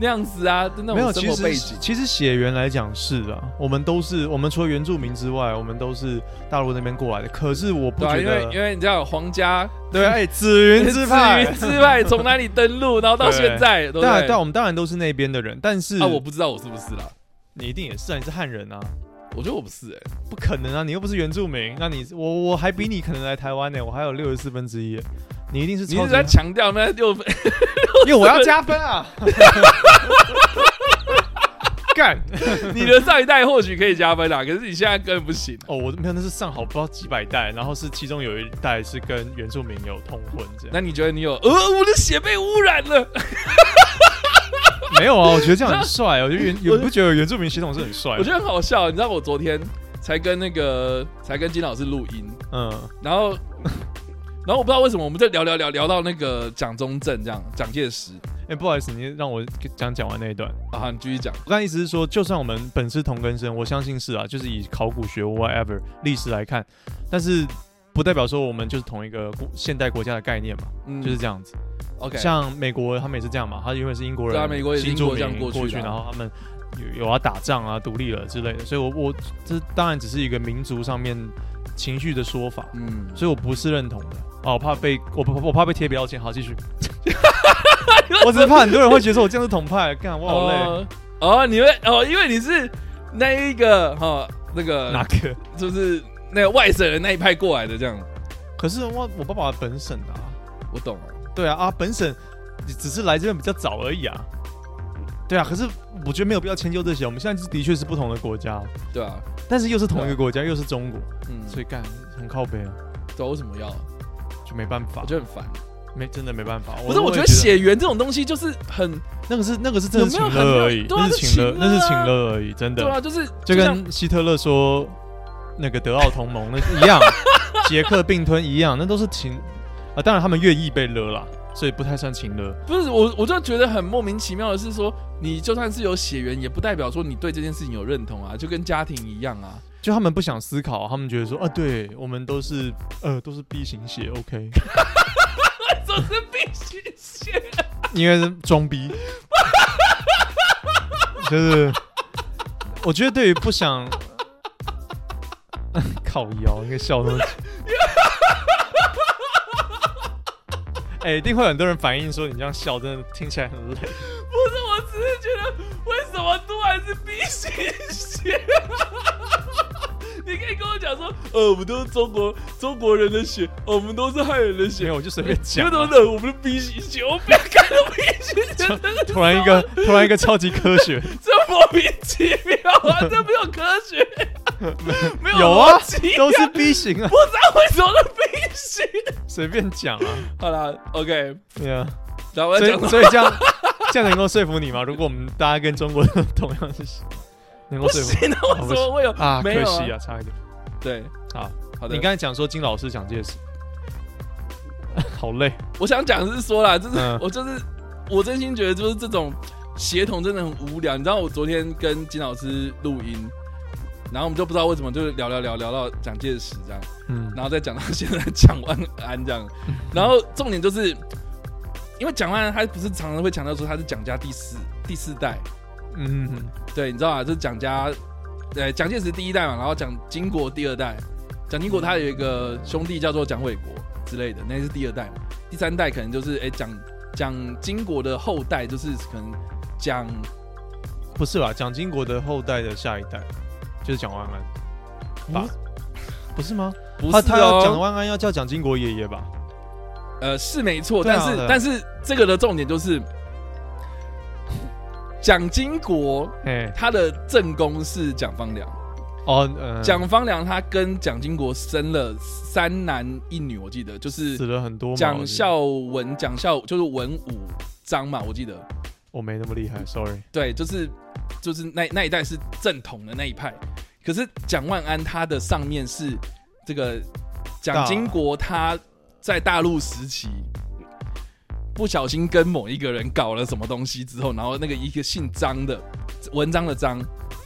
那样子啊，就那没种有，生其活实背景。其实血缘来讲是啊，我们都是我们除了原住民之外，我们都是大陆那边过来的。可是我不对、啊，觉因为因得，为你知道皇家对，哎，紫云之派 至于，之派从哪里登陆，然后到现在，对不对啊，对？对啊，我们当然都是那边的人，但是啊，我不知道我是不是啦，你一定也是啊，你是汉人啊，我觉得我不是哎、不可能啊，你又不是原住民，那你我我还比你可能来台湾呢，我还有六十四分之一，你一定是你一超直级在强调那六 分，因为我要加分啊！干你的上一代或许可以加分啊啦，可是你现在根本不行。哦，我没有，那是上好不知道几百代，然后是其中有一代是跟原住民有通婚这样。那你觉得你有呃，我的血被污染了？哎没有啊，我觉得这样很帅哦，我觉 得原你不觉得原住民血统是很帅啊我？觉得很好笑，你知道我昨天才跟那个才跟金老师录音，嗯，然后 然后我不知道为什么我们在聊聊聊聊到那个蒋中正这样，蒋介石哎，不好意思，你让我讲讲完那一段。啊，好你继续讲，我刚才意思是说，就算我们本是同根生，我相信是啊，就是以考古学 whatever 历史来看，但是不代表说我们就是同一个国现代国家的概念嘛，嗯，就是这样子。 OK，像美国他们也是这样嘛，他因为是英国人，对啊美国也是新住英国这样民过过去的啊然后他们有有要打仗啊、独立了之类的，所以我我这当然只是一个民族上面情绪的说法，嗯，所以我不是认同的。哦，我怕被我我我怕被贴标签。好，继续。 我只是怕很多人会觉得说我这样是统派，干我好累。哦哦，你会哦，因为你是那一个哈、哦那个哪个？就是那个外省人那一派过来的这样，可是我我爸爸本省的啊，我懂了。对啊啊本省，只是来这边比较早而已啊。对啊，可是我觉得没有必要迁就这些。我们现在是的确是不同的国家，对啊，但是又是同一个国家，又是中国，嗯，所所以以干很靠背啊，不知道为什么要，就没办法我，觉得很烦。没真的没办法。不哦是，我觉也得血缘这种东西就是很那个是那个是真的是情勒而有已，没有那很是情对勒，啊那是是情勒情啊勒而已，真对的啊，就是就像跟希特勒说那个德奥同盟那一样，捷克并吞一样，那都是情啊。当然他们愿意被勒啦，所以不太算情勒。不是我，我就觉得很莫名其妙的是说，你就算是有血缘，也不代表说你对这件事情有认同啊，就跟家庭一样啊。就他们不想思考，他们觉得说啊，对我们都是呃都是 B 型血，OK， 这是必须血，应该是装 逼，就是我觉得对于不想 靠腰，应该笑那么久。 哎、一定会很多人反映说你这样笑真的听起来很累。不是，我只是觉得为什么突然是 B 型血？ 你可以跟我讲说，呃，我们都是中国中国人的血，呃我们都是汉人的没血有，，我就随便你讲们啊、怎么冷？我们的 B 型血，我不要看到 B 型血， 这突 然一个，突然一个超级科学， 这莫名其妙啊！这没有科学，没有有啊逻辑，都是 B 型啊，不知道为什么是 B 型。随便讲啊，好啦 o k 对啊，然后我要所讲以什么所以这样这样能够说服你吗？如果我们大家跟中国人同样是能够不说服行啊，为什么会有啊，没有可惜啊，差一点。对，好，好的，你刚才讲说金老师讲这些事， 好累，我想讲的是说啦，就是、嗯我就是我真心觉得就是这种协同真的很无聊。你知道我昨天跟金老师录音，然后我们就不知道为什么就是聊聊聊聊到蒋介石这样，嗯，然后再讲到现在蒋万安这 样，然后重点就是因为蒋万安他不是常常会强调说他是蒋家第四第四代，嗯嗯对，你知道啊，就是蒋家，呃，蒋介石第一代嘛，然后蒋经国第二代，蒋经国他有一个兄弟叫做蒋纬国之类的，那是第二代嘛。第三代可能就是，哎，蒋蒋经国的后代就是可能蒋不是吧？蒋经国的后代的下一代就是蒋万安吧？不是吗？嗯不啊是他他要蒋哦，万安要叫蒋经国爷爷吧？呃，是没错，对啊但是、对啊但是这个的重点就是，蒋经国哎，他的正宫是蒋方良，哦，呃蒋方良他跟蒋经国生了三男一女，我记得就是死了很多嘛，蒋我记得孝文，蒋孝就是文武章嘛，我记得，我没那么厉害，sorry。对，就是就是那那一代是正统的那一派，可是蒋万安他的上面是这个蒋经国，他在大陆时期不小心跟某一个人搞了什么东西之后，然后那个一个姓张的文章的章，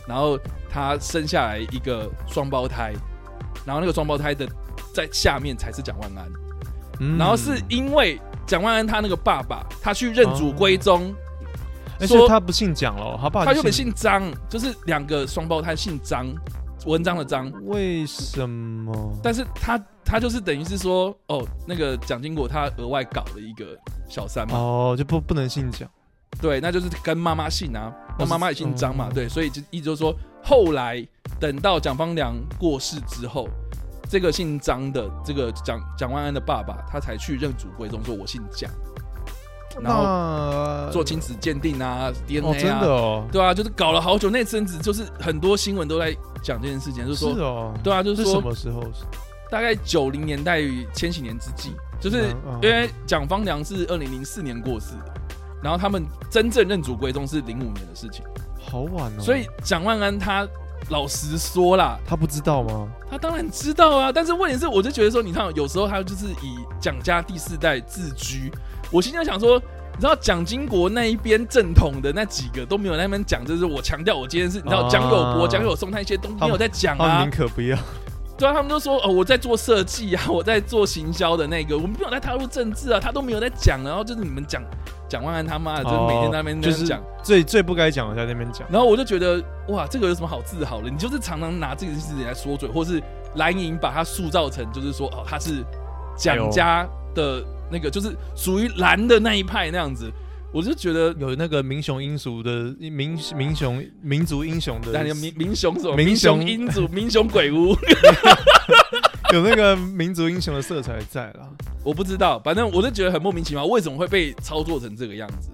然后他生下来一个双胞胎，然后那个双胞胎的在下面才是蒋万安。嗯然后是因为蒋万安他那个爸爸，他去认祖归宗，而且说他不姓蒋了，哦他爸他就原本姓张，就是两个双胞胎姓张，文章的张，为什么？但是他他就是等于是说，哦，那个蒋经国他额外搞了一个小三嘛，哦，就不不能姓蒋，对，那就是跟妈妈姓啊，那哦妈妈也姓张嘛，是对，所以就一直就是说，后来等到蒋方良过世之后。这个姓张的，这个蒋蒋万安的爸爸，他才去认祖归宗，说我姓蒋，然后后做亲子鉴定啊哦， ，DNA 真啊，的哦，对啊，就是搞了好久，那阵子就是很多新闻都在讲这件事情，就是是说，哦，对啊，就是是说什么时候？大概九零年代与千禧年之际，就是嗯嗯因为蒋方良是二零零四年过世的，然后他们真正认祖归宗是零五年的事情，好晚哦，所以蒋万安他老实说啦，他不知道吗？他当然知道啊，但是问题是，我就觉得说，你看，有时候他就是以蒋家第四代自居，我心里在想说。你知道蒋经国那一边正统的那几个都没有在那边讲，就是我强调我今天是，你知道啊蒋友国、蒋友松那些都没有在讲他啊宁，可不要，对啊，他们都说哦我在做设计啊，我在做行销的那个，我们没有在踏入政治啊，他都没有在讲，然后就是你们讲蒋万安他妈的，就是每天在那边哦那就样是讲，最最不该讲的在那边讲，然后我就觉得，哇，这个有什么好自豪的？你就是常常拿这件事情来说嘴，或是蓝营把它塑造成，就是说，哦，他是蒋家的那个，就是属于蓝的那一派那样子。我就觉得，有那个民雄英雄的民民雄民族英雄的那你 民民雄什么？民民雄雄英主，民雄鬼屋，有那个民族英雄的色彩在啦。我不知道，反正我就觉得很莫名其妙，为什么会被操作成这个样子？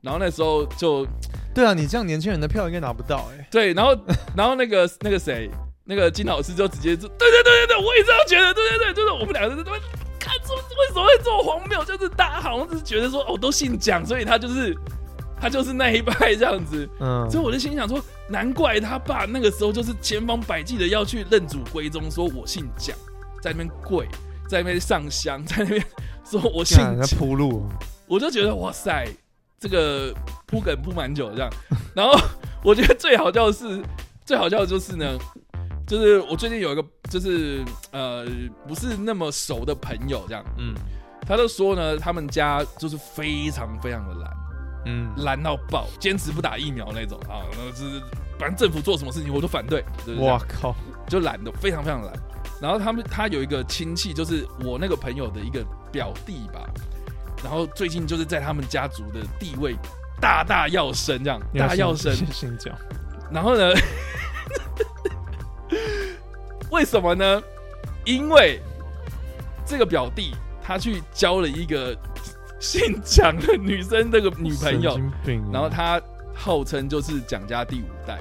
然后那时候就对啊，你这样年轻人的票应该拿不到哎、对，然后 然后那个那个谁，那个金老师就直接就对对对对对，我也这样觉得，对对对，就是我们两个人都会看出为什么会这么荒谬，就是大家好像是觉得说哦都姓蒋，所以他就是他就是那一派这样子，嗯，所以我就心想说，难怪他爸那个时候就是千方百计的要去认祖归宗，说我姓蒋，在那边跪，在那边上香，在那边说我姓干蒋在，铺路，我就觉得哇塞，这个铺梗铺蛮久的这样。 然后我觉得最好笑的是，最好笑的就是呢，就是我最近有一个就是呃不是那么熟的朋友这样，嗯他就说呢，他们家就是非常非常的懒，嗯，懒到爆，坚持不打疫苗那种啊，然后就是反正政府做什么事情我都反对，就是、哇哇，靠，就懒得非常非常懒。然后他们他有一个亲戚，就是我那个朋友的一个表弟吧，然后最近就是在他们家族的地位大大要升，这样大要升。先讲，然后呢，为什么呢？因为这个表弟他去交了一个姓蒋的女生这个女朋友神，经病啊然后他号称就是蒋家第五代，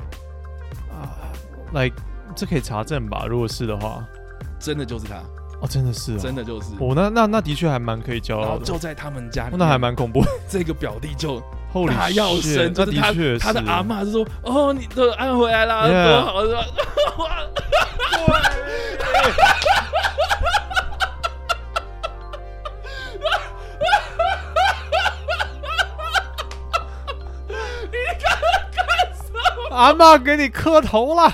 啊，like 这可以查证吧？如果是的话，真的就是他，哦，真的是、哦，真的就是。哦，那那那的确还蛮可以骄然傲后的，哦就在他们家里面，那还蛮恐怖 的。这个表弟就 Holy 大药 shit，神，哦那就是他的确他的是阿嬷就说：“哦，你都按回来啦，多 Yeah 好是 吧？”哇你看干什么？阿妈给你磕头 了。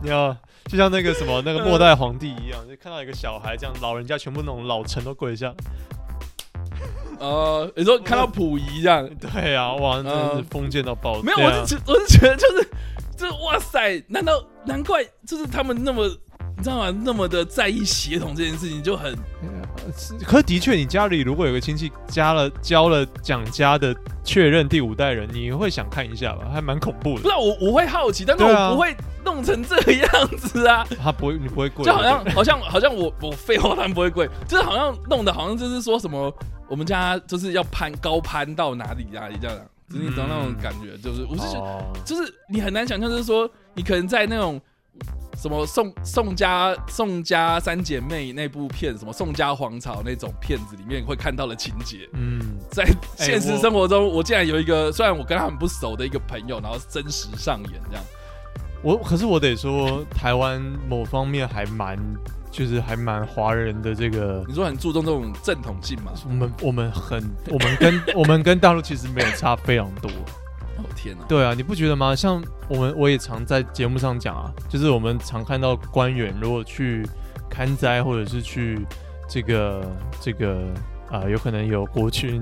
你要就像那个什么那个末代皇帝一样，就看到一个小孩这样，老人家全部那种老臣都跪下。哦，你说看到溥仪这样，对啊，哇，真的是嗯封建到爆。没有，对我啊是觉，我是觉得就是，这哇塞，难道难怪就是他们那么，你知道吗？那么的在意血统这件事情，就很是可的确，你家里如果有个亲戚加了交了蒋家的确认第五代人，你会想看一下吧？还蛮恐怖不知的。道我我会好奇，但是对啊我不会弄成这个样子啊，他不会，你不会跪，就好像好像好像我我废话他们不会跪，就是好像弄的好像就是说什么我们家就是要攀高攀到哪里哪里这样啊，就是你知道那种嗯感觉，就是我是觉得哦就是你很难想象，就是说你可能在那种什么宋宋家宋家三姐妹那部片，什么宋家皇朝那种片子里面会看到的情节，嗯，在哎现实我生活中，我竟然有一个虽然我跟他很不熟的一个朋友，然后真实上演这样。我可是我得说，台湾某方面还蛮，就是还蛮华人的这个，你说很注重这种正统性嘛？我们我们很，我们跟我们跟大陆其实没有差非常多。哦天哪！对啊，你不觉得吗？像我们我也常在节目上讲啊，就是我们常看到官员如果去看灾或者是去这个这个啊、呃有可能有国军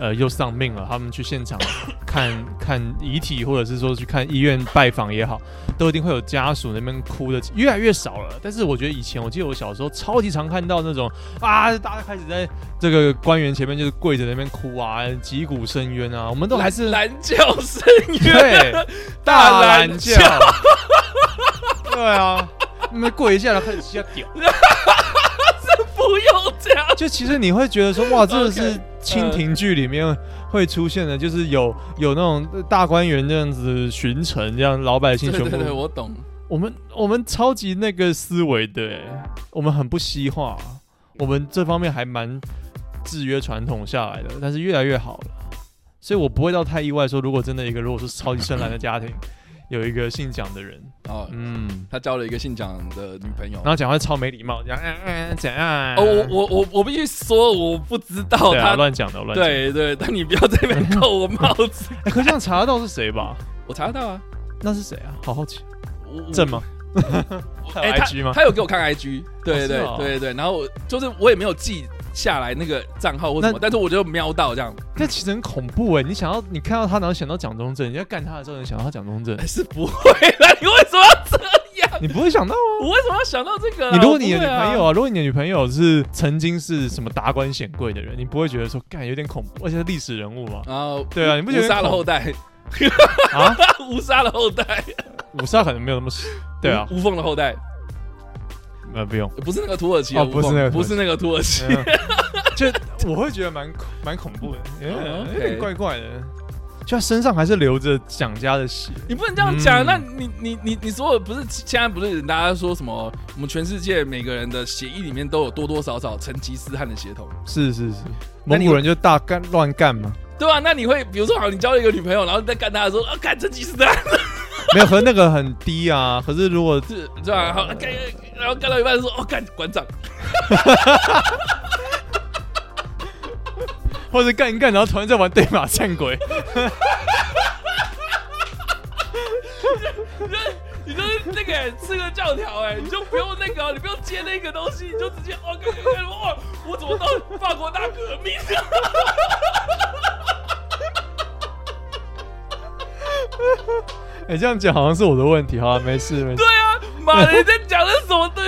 呃又丧命了，他们去现场 看看遗体，或者是说去看医院拜访也好，都一定会有家属那边哭的，越来越少了。但是我觉得以前，我记得我小时候超级常看到那种啊，大家开始在这个官员前面就是跪着那边哭啊，击鼓申冤啊，我们都还是蓝教深 渊，对，大懒觉。 对啊，你们跪一下来开始吸下屌，不用这样。就其实你会觉得说，哇，这个 是 OK，蜻蜓剧里面会出现的，就是有嗯有那种大官员这样子巡城，这样老百姓对全对部。对，我懂。我们我们超级那个思维的欸，我们很不西化，我们这方面还蛮制约传统下来的，但是越来越好了，所以我不会到太意外说，如果真的一个如果是超级深蓝的家庭，有一个姓蒋的人，哦，嗯，他交了一个姓蒋的女朋友。然后讲话超没礼貌，讲嗯嗯怎样？哦，我我我我必须说，我不知道对啊，他乱讲的，我乱讲。对对，但你不要在那边扣我帽 子。哎，可是这样查得到是 谁吧？我查得到啊，嗯那是谁啊？好好奇，我我正吗？他有哎、 IG 他吗？他有给我看 IG，对哦是对、哦对对，然后我就是我也没有记下来那个账号或什么那，但是我就瞄到这样，这其实很恐怖哎！你想到你看到他，然后想到蒋中正，你在干他的时候，你想到蒋 中正还，哎是不会啦， 你为什么要 这样？你不会想到 啊。我为什么要想到这个啊、你如果你我的不会女啊？朋友啊，如果你的女朋友是曾经是什么达官显贵的人，你不会觉得说干有点恐怖，而且是历史人物嘛 然后对啊你不觉得哦无杀很了恐后代，啊， 无杀了后代，五杀可能没有那么死，对啊，无无缝的后代，呃不用，不是那个土耳其的啊哦无缝，不是那个土不耳其是那个土耳其，嗯 就我会觉得蛮恐蛮恐怖的，哦嗯，OK 有点怪怪的，就他身上还是流着蒋家的血， 你不能这样讲、嗯那你你你你所有不是现在不是大家说什么？我们全世界每个人的血液里面都有多多少少成吉思汗的血统，是是是，那蒙你古人就大干乱干 嘛，对啊吧、那你会比如说，好，你交了一个女朋友，然后你在干她的时候， 啊，干成吉思汗，没有和那个很低啊，可是如果是对吧、好，干，然后干到一半说，哦，干馆长，或者干一干，然后突然在玩对马战 鬼，你就是那个欸刺客教条，哎，你就不用那个哦，你不用接那个东西，你就直接哦，干干干，哦，我怎么到法国大革命了？哎、这样讲好像是我的问题，好啊，没事没事对。啊，妈的，你在讲的什么？对，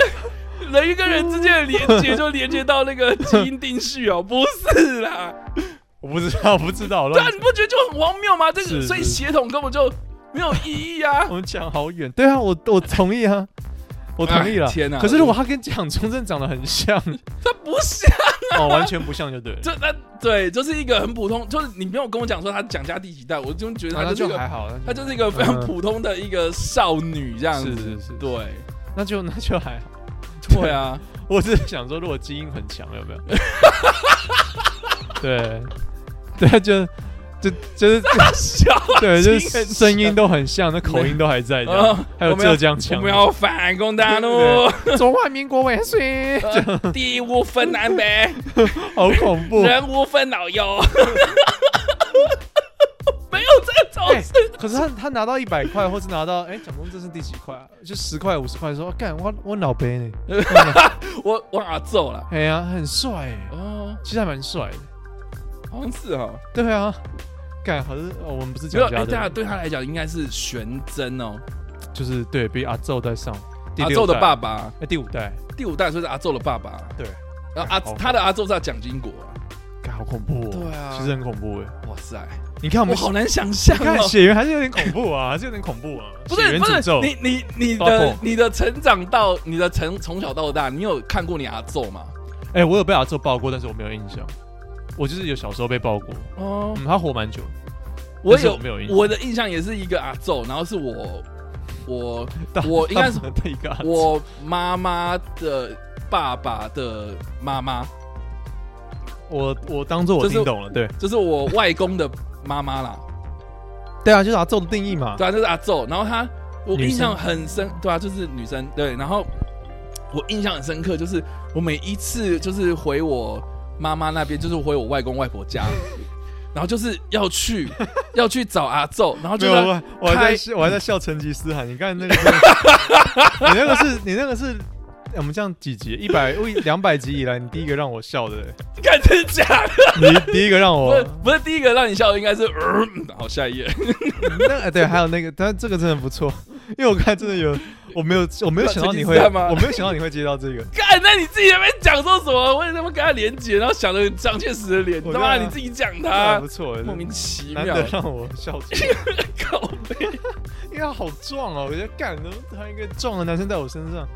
人跟人之间的连接就连接到那个基因定序哦，不是啦。哦我不知道，我不知道，对啊乱，你不觉得就很荒谬吗？这个，是所以是哦血统根本就没有意义啊我。们讲好远。对啊，我我同意啊。我同意了。哎天哪可是如果他跟蒋中正长得很 像，他不是哦，完全不像就对了。这那 对，就是一个很普通，就是你不用跟我讲说他蒋家第几代，我就觉得啊他那就是一就个、还好，那他就就是一个非常嗯普通的一个少女这样子。是是是对那就 那就还好。对啊，我只是想说，如果基因很强，有没有？ 对，对，就就就是小 对，基就因是很声音都很像，那口音都还在这样，哦还有我们要浙江我腔们。要啊反攻大 陆对，中华民国万岁！呃地无分南北，好恐怖。人无分老 幼。没有这种哎事，可是他他拿到一百块，或是拿到哎，蒋公这是第几块啊？就十块、五十块，说干我我脑杯呢？我我啊揍了。哎呀，很帅哎，哦，其实还蛮帅的。好像是哦，对啊，干好像是哦我们不是没有讲哎，家对啊，的，对他来讲应该是玄真哦，就是对比阿宙在上，第阿六宙的代爸爸，哎第五代，第五代就是阿宙的爸爸，对，然后阿好他的阿宙是蒋经国啊，干好恐怖哦，对啊其实很恐怖哎。哇塞，你看我我们好难想象 你看哦。血缘还是有点恐怖啊，还 是有点恐怖啊，不血是缘不诅是咒，你你你爆破的你的成长到你的成从小到大，你有看过你阿宙吗？哎，我有被阿宙抱过，但是我没有印象。我就是有小时候被抱过，哦嗯，他活蛮久，我但是有我没有印象我的印象也是一个阿宙，然后是我我大我应该是大部分的一个阿宙我妈妈的爸爸的妈妈，我我当做我就是听懂了，对就是我外公的妈妈啦，对啊，就是阿宙的定义嘛。对啊，就是阿宙。然后她，我女生印象很深，对啊，就是女生，对。然后我印象很深刻，就是我每一次就是回我妈妈那边，就是回我外公外婆 家，然后就是要去 要去找阿宙，然后没就有，啊是我我还在开笑我还在笑成吉思汗。你看那 个是，你那个是你那个是，哎我们这样几集？一百两百集以来，你第一个让我笑的，欸看真假的，你第一个让不我是不是第一个让你笑的应该是，呃好下一页，那哎对，还有那个，但这个真的不错，因为我看真的有，我没有我没有想到你成会，吉思汗吗我没有想到你会接到这个，干，那你自己在那边讲说什么？我也他妈跟他连接，然后想的张切实的脸，我他妈对啊你自己讲啊他不，错，莫名其难妙，欸得让我笑出来， 靠背。因为他好壮哦，我觉得干，怎么突然一个壮的男生在我身上？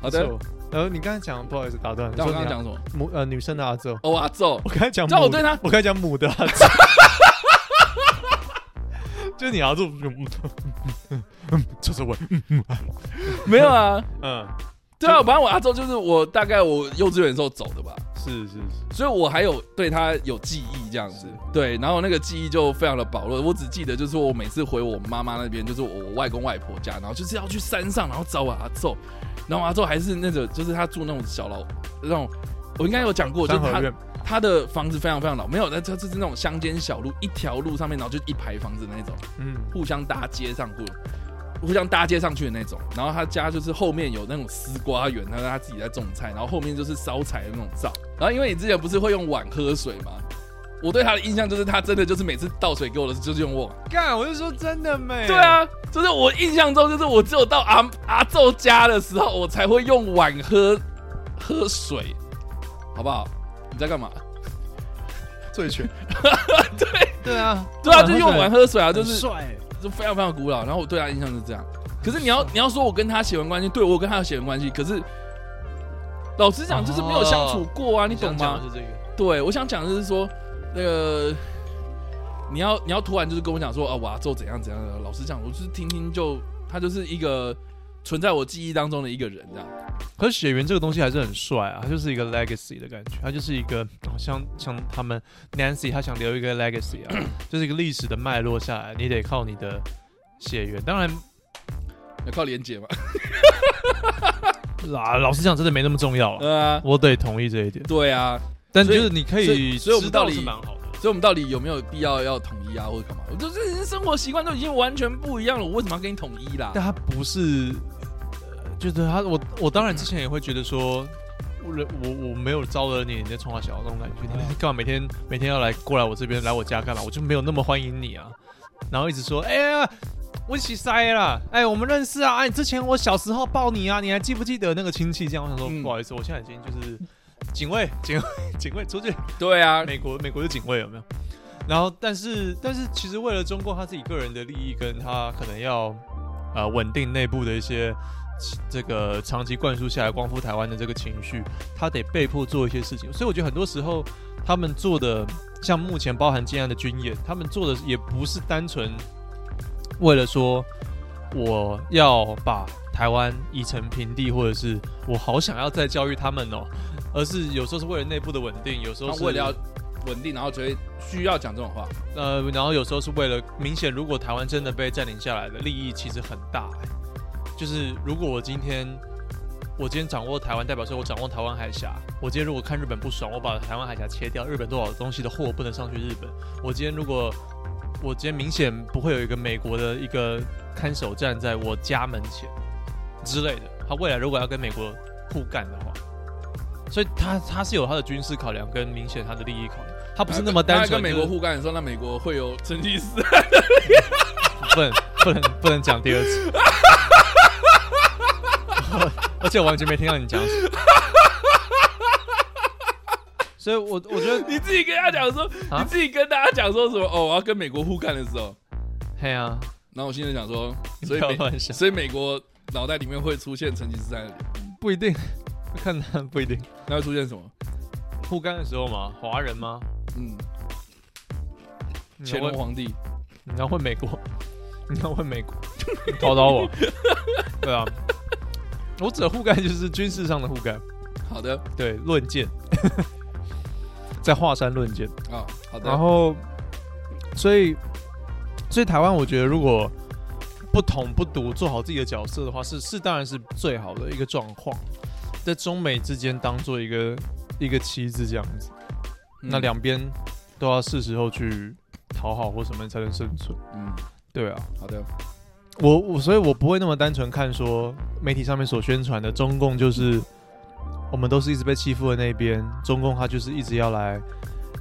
好的不，错，然后你刚才讲，不好意思打断，你那说我你刚刚讲啊什么？母呃女生的阿宙，哦，阿宙，我刚才讲母知道的，我对他我刚才讲母的阿宙，就是你阿宙，嗯嗯嗯嗯，就是我，嗯没有啊，嗯，对啊，反正我阿宙就是我大概我幼稚园的时候走的吧，是是是，所以我还有对他有记忆这样子，对，然后那个记忆就非常的薄弱，我只记得就是我每次回我妈妈那边，就是我外公外婆家，然后就是要去山上，然后找我阿宙，然后阿宙还是那种就是他住那种小老那种，我应该有讲过，就三是合他院他的房子非常非常老，没有，那他就是那种乡间小路，一条路上面，然后就一排房子的那种，嗯，互相搭接上过，互相搭接上去的那种。然后他家就是后面有那种丝瓜园，他他自己在种菜，然后后面就是烧柴的那种灶。然后因为你之前不是会用碗喝水吗？我对他的印象就是他真的就是每次倒水给我的就是用 碗。干，我是说真的没，对，啊，就是我印象中就是我只有到阿阿宙家的时候，我才会用碗喝喝水，好不好？你在干嘛？醉拳，对对啊，对啊，就是用碗喝水啊，就是帅，就非常非常古老。然后我对他印象是这样。可是你要你要说我跟他血缘关系，对我有跟他有血缘关系，可是老实讲就是没有相处过哦啊，你懂吗？是这个，对，我想讲的是说，那个你要你要突然就是跟我讲说啊，我要做怎样怎样的。老实讲，我就是听听就他就是一个存在我记忆当中的一个人这样。可是血缘这个东西还是很帅啊，它就是一个 legacy 的感觉，它就是一个好像像他们 Nancy，她想留一个 legacy 啊，就是一个历史的脉络下来，你得靠你的血缘。当然要靠连结嘛，啦，啊老实讲，真的没那么重要啊，对啊，我得同意这一点。对啊，但所以就是你可所以以所以我们知道到底是蛮好的。啊所以我们到底有没有必要要统一啊，或者干嘛？我就是生活习惯都已经完全不一样了，我为什么要跟你统一啦？但他不是，呃就是他，我我当然之前也会觉得说，我我我没有招惹你，你在冲我小那种感觉，你干嘛每天每天要来过来我这边来我家干嘛？我就没有那么欢迎你啊，然后一直说，哎、呀。我起塞啦！哎、我们认识啊！哎、之前我小时候抱你啊，你还记不记得那个亲戚？这样我想说，嗯不好意思，我现在已经就是警卫，警卫，警卫出去，对啊，美国美国的警卫有没有？然后，但是但是，其实为了中共他自己个人的利益，跟他可能要呃稳定内部的一些这个长期灌输下来光复台湾的这个情绪，他得被迫做一些事情。所以我觉得很多时候他们做的，像目前包含今天的军演，他们做的也不是单纯为了说我要把台湾夷成平地，或者是我好想要再教育他们哦，而是有时候是为了内部的稳定，有时候他是为了要稳定，然后就会需要讲这种话。呃，然后有时候是为了明显，如果台湾真的被占领下来了，利益其实很大、欸。就是如果我今天我今天掌握台湾，代表说我掌握台湾海峡。我今天如果看日本不爽，我把台湾海峡切掉，日本多少东西的货不能上去日本。我今天如果我今天明显不会有一个美国的一个看守站在我家门前之类的。他未来如果要跟美国互干的话，所以他他是有他的军事考量跟明显他的利益考量，他不是那么单他纯跟美就是国互干的时候，那美国会有成吉 思汗。不能不能不能讲第二次。 而且我完全没听到你讲什么。所以我，我觉得，你自己跟他讲说，啊你自己跟大家讲说什么？哦，我要跟美国互干的时候，嘿啊，然后我心里想说，所以不要美乱想，所以美国脑袋里面会出现成吉思汗，不一定，看他不一定。那会出现什么？互干的时候嘛，华人吗？嗯，你乾要隆问，皇帝。你要问美国，你要问美国， 你考倒我。对啊，我指的互干就是军事上的互干，好的对，论剑， 在华山论剑。啊，好的。然后，所以，所以台湾，我觉得如果不统不独，做好自己的角色的话，是是当然是最好的一个状况，在中美之间当做一个一个棋子这样子，嗯那两边都要是时候去讨好或什么才能生存。嗯，对啊，好的。我我所以，我不会那么单纯看说媒体上面所宣传的中共就是我们都是一直被欺负的那一边，中共他就是一直要来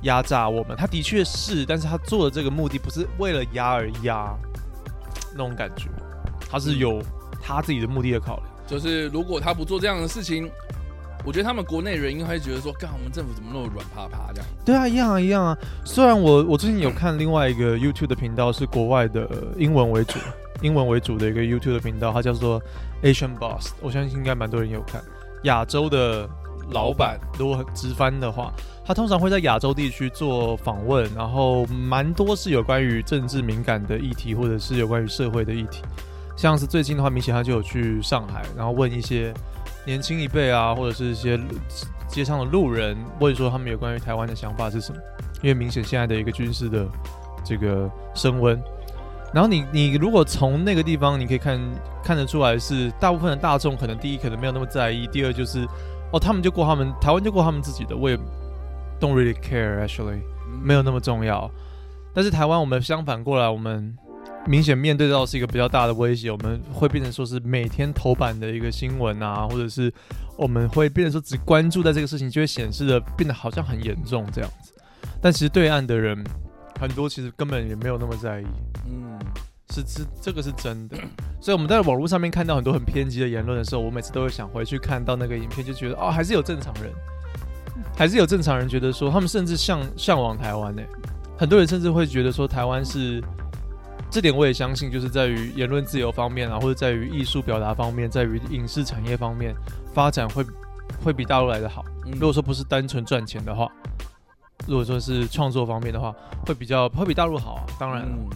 压榨我们，他的确是，但是他做的这个目的不是为了压而压那种感觉，他是有他自己的目的的考量。就是如果他不做这样的事情，我觉得他们国内人应该会觉得说，干我们政府怎么那么软趴趴这样？对啊，一样啊，一样啊。虽然我我最近有看另外一个 YouTube 的频道，是国外的呃英文为主、 英文为主的一个 YouTube 的频道，它叫做 Asian Boss，我相信应该蛮多人有看。亚洲的老板，如果直翻的话，他通常会在亚洲地区做访问，然后蛮多是有关于政治敏感的议题，或者是有关于社会的议题。像是最近的话，明显他就有去上海，然后问一些年轻一辈啊，或者是一些街上的路人问说他们有关于台湾的想法是什么，因为明显现在的一个军事的这个升温。然后你你如果从那个地方，你可以看看得出来是大部分的大众可能第一可能没有那么在意，第二就是哦他们就过他们台湾就过他们自己的，我也 don't really care actually。嗯没有那么重要。但是台湾，我们相反过来，我们明显面对到是一个比较大的威胁，我们会变成说是每天头版的一个新闻啊，或者是我们会变成说只关注在这个事情，就会显示的变得好像很严重这样子。但其实对岸的人很多，其实根本也没有那么在意，嗯，是是这个是真的。所以我们在网络上面看到很多很偏激的言论的时候，我每次都会想回去看到那个影片，就觉得哦，还是有正常人，还是有正常人觉得说，他们甚至向向往台湾呢、很多人甚至会觉得说，台湾是这点我也相信，就是在于言论自由方面啊，或者在于艺术表达方面，在于影视产业方面发展会会比大陆来的好。嗯如果说不是单纯赚钱的话，如果说是创作方面的话，会比较会比大陆好啊。当然了，嗯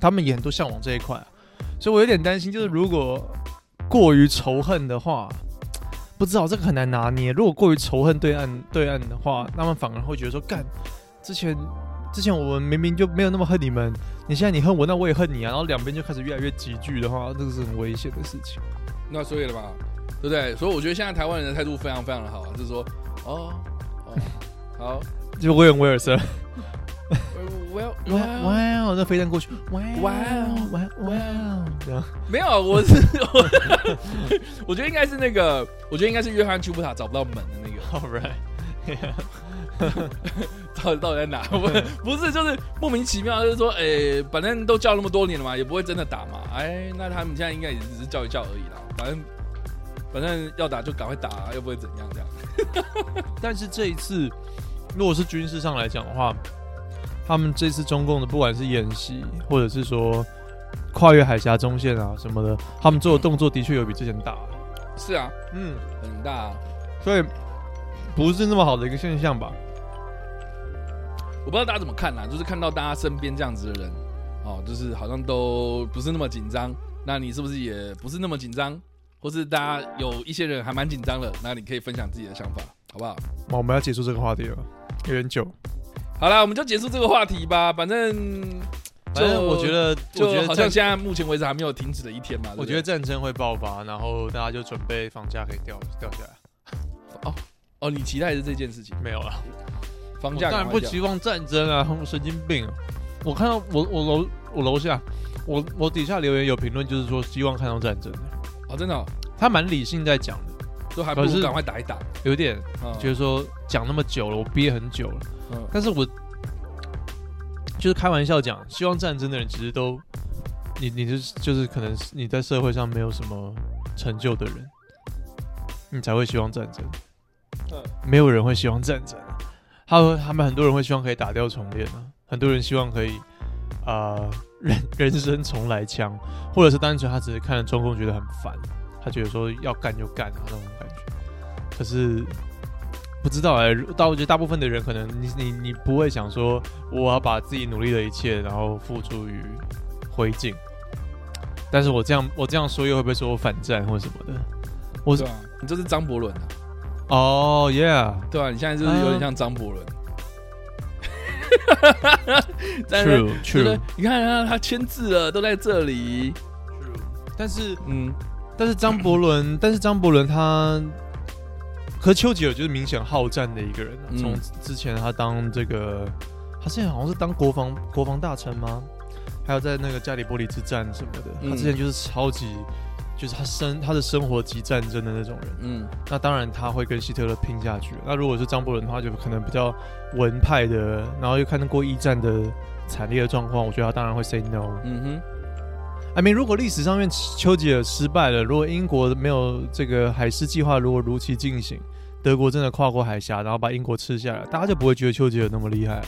他们也很多向往这一块啊、所以我有点担心，就是如果过于仇恨的话，不知道这个很难拿捏。如果过于仇恨对岸对岸的话，他们反而会觉得说，干，之前之前我们明明就没有那么恨你们，你现在你恨我，那我也恨你啊，然后两边就开始越来越急剧的话，这个是很危险的事情。那所以了吧，对不对？所以我觉得现在台湾人的态度非常非常的好啊，就是说，哦，哦，好就威廉威尔森， ，well 哇 well，哇哦，那飞弹过去，哇哦哇哇哦哦哇哦，这样没有，啊我是我，我觉得应该是那个，我觉得应该是约翰丘普塔找不到门的那个， ，All right， 到底到底在哪？不不是，就是莫名其妙，就是说，哎、反正都叫那么多年了嘛，也不会真的打嘛。哎，那他们现在应该也只是叫一叫而已啦。反正反正要打就赶快打、啊又不会怎样这样。但是这一次，如果是军事上来讲的话，他们这次中共的不管是演习，或者是说跨越海峡中线啊什么的，他们做的动作的确有比之前大。是啊，嗯，很大、啊。所以不是那么好的一个现象吧？我不知道大家怎么看啦、就是看到大家身边这样子的人，哦，就是好像都不是那么紧张。那你是不是也不是那么紧张？或是大家有一些人还蛮紧张的，那你可以分享自己的想法，好不好？我们要结束这个话题了，嗯有点久。好啦，我们就结束这个话题吧。反正反正我觉得，我就觉得好像战现在目前为止还没有停止的一天嘛。我觉得战争会爆发，然后大家就准备房价可以掉掉下来。得哦，你期待的是这件事情，没有了，房我价当然赶不快掉期望战争啊，他们神经病、啊。我看到我我楼我楼下我我底下留言有评论，就是说希望看到战争。哦，真的、哦、他蛮理性在讲的，都还不可如是赶快打一打。有点嗯觉得说讲那么久了，我憋很久了，嗯但是我就是开玩笑讲，希望战争的人其实都，你你就是就是可能是你在社会上没有什么成就的人，你才会希望战争。嗯没有人会希望战争啊，他会他们很多人会希望可以打掉重练啊，很多人希望可以啊、呃人 人生重来枪，或者是单纯他只是看了中共觉得很烦，他觉得说要干就干啊那种感觉。可是不知道哎、如大我觉得大部分的人可能你你你不会想说我要把自己努力的一切，然后付诸于灰烬。但是我这样我这样说又会不会说我反战或什么的？我是对啊，你就是张伯伦啊，哦、y e a h 对啊，你现在就是有点像张伯伦。但是对 True, 不对 true. 你看啊他他签字了，都在这里。但是嗯，但是张伯 伦，但是张伯伦他和丘吉尔就是明显好战的一个人、啊。嗯从、之前他当这个，他之前好像是当国防国防大臣吗？还有在那个加里波里之战什么的，嗯他之前就是超级，就是他生他的生活极战争的那种人。嗯那当然他会跟希特勒拼下去。那如果是张伯伦的话，就可能比较文派的，然后又看过一战的惨烈的状况，我觉得他当然会 say no。嗯哼， I mean，如果历史上面丘吉尔失败了，如果英国没有这个海狮计划，如果如期进行，德国真的跨过海峡，然后把英国吃下来，大家就不会觉得丘吉尔那么厉害了。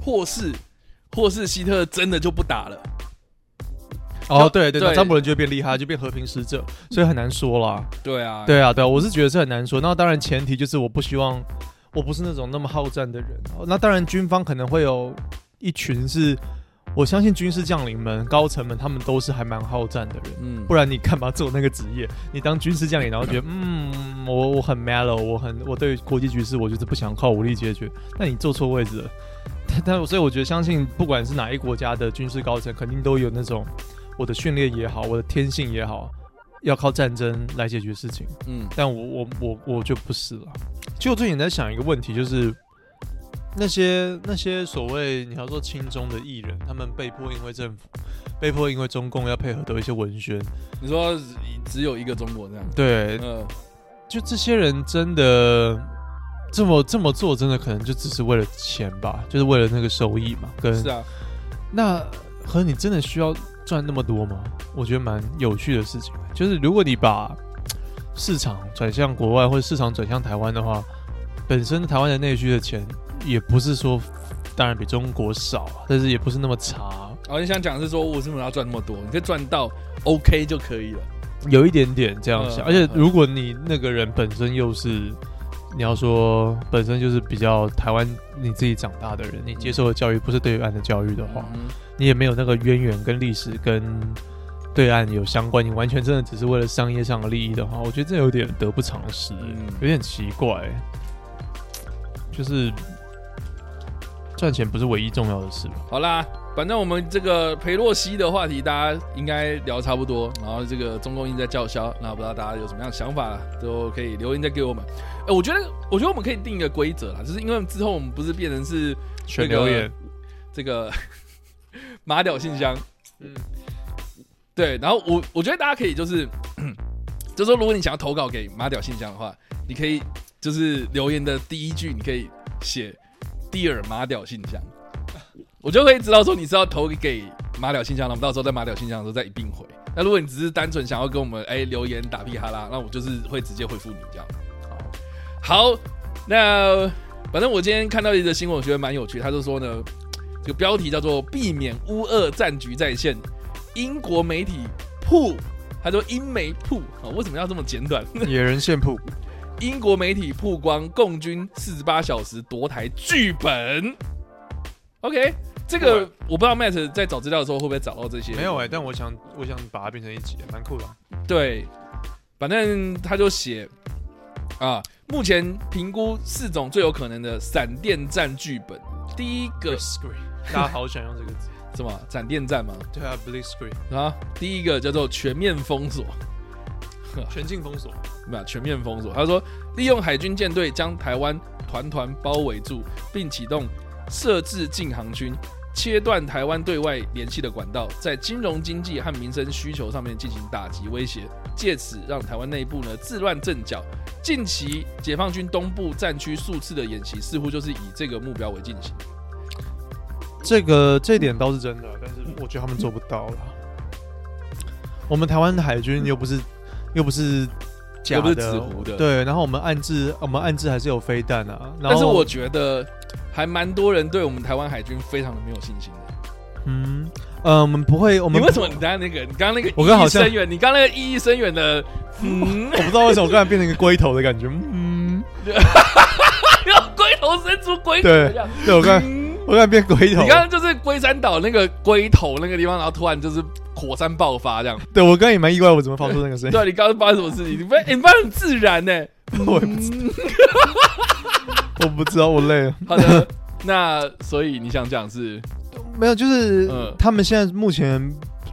或是或是希特勒真的就不打了。哦，就对对，那对张伯伦就会变厉害，他就变和平使者，所以很难说啦。对啊，对啊，对啊，我是觉得是很难说。那当然前提就是我不希望，我不是那种那么好战的人。哦那当然军方可能会有一群是，我相信军事将领们、高层们，他们都是还蛮好战的人。嗯，不然你干嘛做那个职业？你当军事将领，然后觉 得嗯，我我很 mellow，我很我对国际局势，我就是不想靠武力解决。但你坐错位置了。 但但所以我觉得，相信不管是哪一国家的军事高层，肯定都有那种我的训练也好，我的天性也好，要靠战争来解决事情。嗯但我我我我就不是了。其实我最近在想一个问题，就是那些那些所谓你要说亲中的艺人，他们被迫因为政府，被迫因为中共要配合的一些文宣，你说只有一个中国这样，对，嗯，就这些人真的这么这么做，真的可能就只是为了钱吧，就是为了那个收益嘛。跟是啊，那和你真的需要赚那么多吗？我觉得蛮有趣的事情，就是如果你把市场转向国外，或者市场转向台湾的话，本身台湾的内需的钱也不是说，当然比中国少啊，但是也不是那么差，啊好，你想讲的是说哦我为什么要赚那么多？你可以赚到 OK 就可以了。有一点点这样想。嗯而且嗯如果你那个人本身又是。你要说本身就是比较台湾你自己长大的人，你接受的教育不是对岸的教育的话，嗯你也没有那个渊源跟历史跟对岸有相关，你完全真的只是为了商业上的利益的话，我觉得这有点得不偿失、嗯有点奇怪。就是赚钱不是唯一重要的事吧？好啦，反正我们这个裴洛西的话题，大家应该聊得差不多。然后这个中共一直在叫嚣，那不知道大家有什么样的想法，都可以留言再给我们。哎、我觉得，我觉得我们可以定一个规则啦，就是因为之后我们不是变成是选这个留 言，这个 马屌信箱，嗯，对。然后我我觉得大家可以就是， 就说如果你想要投稿给马屌信箱的话，你可以就是留言的第一句，你可以写 “Dear 马屌信箱”，我就可以知道说你是要投给马屌信箱了。我们到时候在马屌信箱的时候再一并回。那如果你只是单纯想要跟我们哎、留言打屁哈啦，那我就是会直接回复你这样。好，那反正我今天看到一则新闻，我觉得蛮有趣。他就说呢，这个标题叫做“避免乌俄战局再现，英国媒体曝，他说英媒曝啊、为什么要这么简短？ 野人献谱，英国媒体曝光共军四十八小时夺台剧本。OK，这个我不知道 Matt 在找资料的时候会不会找到这些？没有哎、但我想我想把它变成一集，蛮酷的啊、对，反正他就写啊，目前评估四种最有可能的闪电战剧本。第一个 Blitzkrieg，大家 好想用这个字。什么？闪电战吗？对啊，Blitzkrieg，啊，第一个叫做全面封锁，全境封锁，对吧？全面封锁。他说，利用海军舰队将台湾团团包围住，并启动设置禁航区，切断台湾对外联系的管道，在金融、经济和民生需求上面进行打击威胁，借此让台湾内部呢自乱阵脚。近期解放军东部战区数次的演习，似乎就是以这个目标为进行。这个这点倒是真的，但是我觉得他们做不到了。我们台湾的海军又不是又不是假又不是纸的，糊的对，然后我们暗自我们暗自还是有飞弹啊。然后但是我觉得还蛮多人对我们台湾海军非常的没有信心的。嗯呃，我们不会，我你们为什么你刚刚那个，你刚刚那个我刚好意义像深远，你刚刚那个意义深远的，嗯， 我不知道为什么我刚才变成一个龟头的感觉。Mm. 嗯，要龟头伸出龟头对这样。对我 刚才嗯我刚才变龟头你，刚刚就是龟山岛那个龟头那个地方，然后突然就是火山爆发这样。对我刚才也蛮意外，我怎么发出那个声音对？啊，你刚刚发生什么事情？你发你发很自然呢、 我也不知嗯我不知道，我累了。好的，那所以你想讲是没有，就是、嗯他们现在目前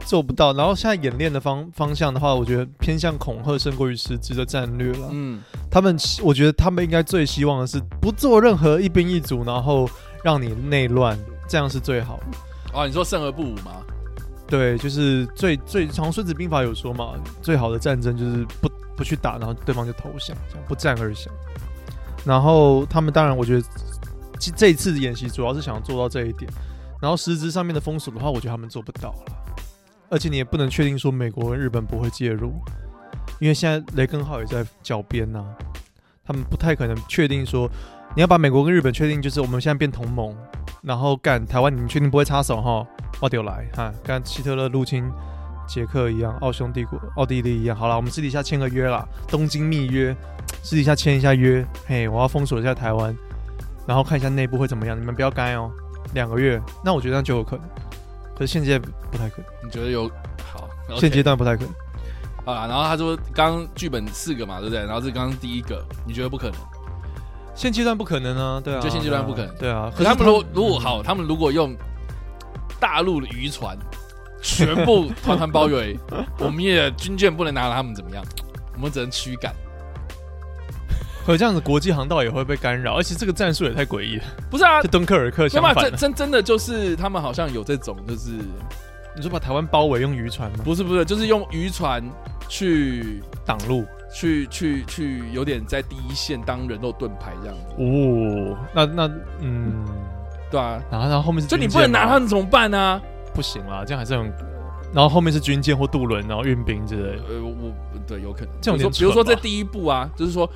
做不到，然后现在演练的方方向的话，我觉得偏向恐吓胜过于实质的战略了。嗯，他们希，我觉得他们应该最希望的是不做任何一兵一卒，然后让你内乱，这样是最好的。哦，你说胜而不武吗？对，就是最最，从《孙子兵法》有说嘛，最好的战争就是不不去打，然后对方就投降，这样不战而降。然后他们当然，我觉得这这一次的演习主要是想做到这一点。然后实质上面的封锁的话，我觉得他们做不到了。而且你也不能确定说美国跟日本不会介入，因为现在雷根号也在脚边呐、他们不太可能确定说你要把美国跟日本确定就是我们现在变同盟，然后干台湾你们确定不会插手哈？我丢来哈，跟希特勒入侵捷克一样，奥匈帝国、奥地利一样。好了，我们私底下签个约啦，东京密约，私底下签一下约。嘿，我要封锁一下台湾，然后看一下内部会怎么样，你们不要干哦。两个月，那我觉得那就有可能，可是现阶段不太可能，你觉得有好？OK？现阶段不太可能。好啦，然后他说刚刚剧本四个嘛，对不对？然后这刚刚第一个，你觉得不可能？现阶段不可能啊，对啊，就现阶段不可能对啊。可是他们如果如果好，他们如果用大陆的渔 船全部团团包围，我们也军舰不能拿他们怎么样，我们只能驱赶。可这样子，国际航道也会被干扰，而且这个战术也太诡异了，不是啊就，敦刻尔克没相办法，反真。真真的就是他们好像有这种，就是你说把台湾包围用渔船吗？不是不是，就是用渔船去挡路去去去，有点在第一线当人肉盾牌这样子，哦，那那嗯，对啊，然后然后后面是就你军不舰能拿吗他们怎么办呢、啊不行啦，这样还是很。然后后面是军舰或渡轮，然后运兵之类的。呃，我对有可能，这种比如说有比如说点蠢这吧第一步啊，就是说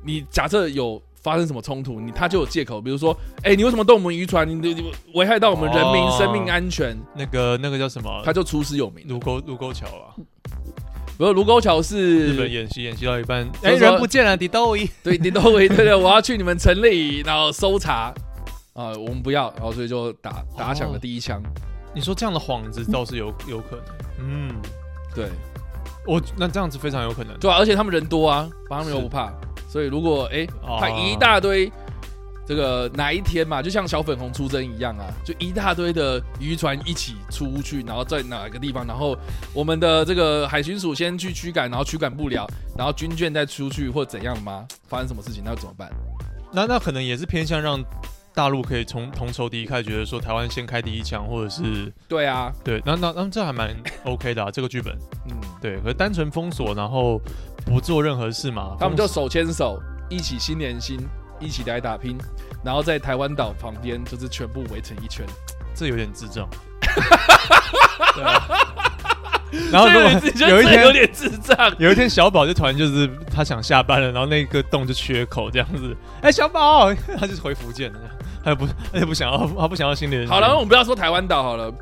你假设有发生什么冲突，你他就有借口，比如说，哎、你为什么动我们渔船？你你你危害到我们人民哦生命安全，那个那个叫什么？他就出师有名。卢沟卢沟桥啊，比如卢沟桥日本是，演习演习到一半，就哎，是说人不见了，敌都一。对，你都会对对，我要去你们城里，然后搜查啊、我们不要，然后所以就打打响哦了第一枪。你说这样的幌子倒是有有可能。嗯，对，我那这样子非常有可能。对啊，而且他们人多啊，反正他们又是不怕，所以如果哎、哦他一大堆这个哪一天嘛，就像小粉红出征一样啊，就一大堆的渔船一起出去，然后在哪个地方，然后我们的这个海巡署先去驱赶，然后驱赶不了，然后军舰再出去或怎样吗？发生什么事情那怎么办？那那可能也是偏向让大陆可以从同仇敌忾，觉得说台湾先开第一枪，或者是对啊，对，那那那这还蛮 OK 的、啊、这个剧本。嗯，对，可是单纯封锁，然后不做任何事嘛，他们就封锁手牵手一起心连心，一起来打拼，然后在台湾岛旁边就是全部围成一圈。这有点智障。 对啊 然后 如这果个自己就有一真的有天点智障，有一天小宝就突然就是他想下班了，然后那个洞就缺口这样子，哎、小宝， 他就是回福建了，他也不他也不想要他不想要心理人。好了，我们不要说台湾岛好了，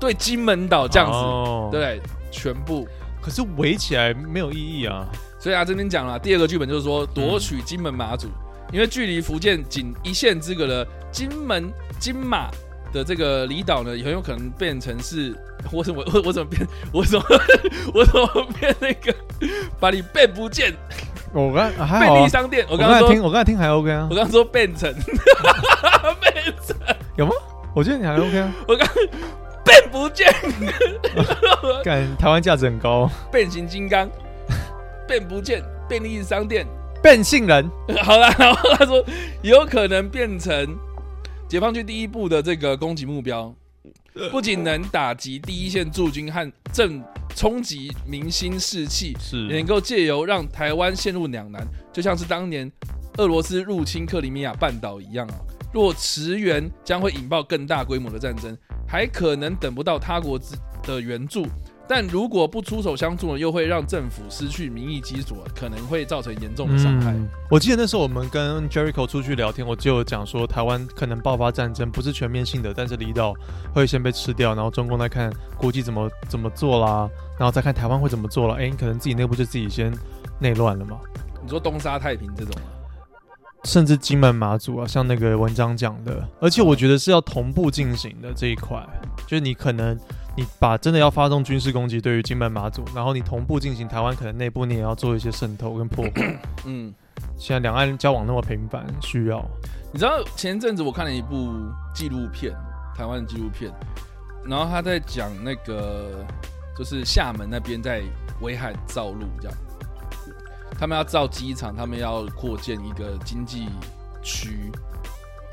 对金门岛这样子，哦对不。对？全部。可是围起来没有意义啊。所以啊，这边讲了第二个剧本，就是说夺取金门马祖，因为距离福建仅一线之隔的金门金马的这个离岛呢，也很有可能变成是我怎么我我怎么变我怎么我怎么变那个把你变不见我刚啊还好便啊利，商店？我我刚刚刚才说听，我刚才听还 OK 啊我，刚刚说变 成变成有吗？我觉得你还 OK 啊，我刚变不见感台湾价值很高。变形金刚变不见便利商店变性人， 好啦，然后他说有可能变成解放军第一部的这个攻击目标，不仅能打击第一线驻军和正冲击民心士气，是也能够借由让台湾陷入两难，就像是当年俄罗斯入侵克里米亚半岛一样啊。若驰援将会引爆更大规模的战争，还可能等不到他国之的援助。但如果不出手相助呢，又会让政府失去民意基础，啊可能会造成严重的伤害。嗯。我记得那时候我们跟 Jericho 出去聊天，我就有讲说台湾可能爆发战争，不是全面性的，但是离岛会先被吃掉，然后中共再看国际怎么怎么做啦，然后再看台湾会怎么做了。哎、你可能自己内部就自己先内乱了嘛，你说东沙太平这种吗，啊甚至金门马祖啊，像那个文章讲的，而且我觉得是要同步进行的这一块，就是你可能你把真的要发动军事攻击对于金门马祖，然后你同步进行台湾可能内部你也要做一些渗透跟破坏。嗯，现在两岸交往那么频繁，需要你知道前阵子我看了一部纪录片，台湾的纪录片，然后他在讲那个就是厦门那边在威海造陆这样，他们要造机场，他们要扩建一个经济区，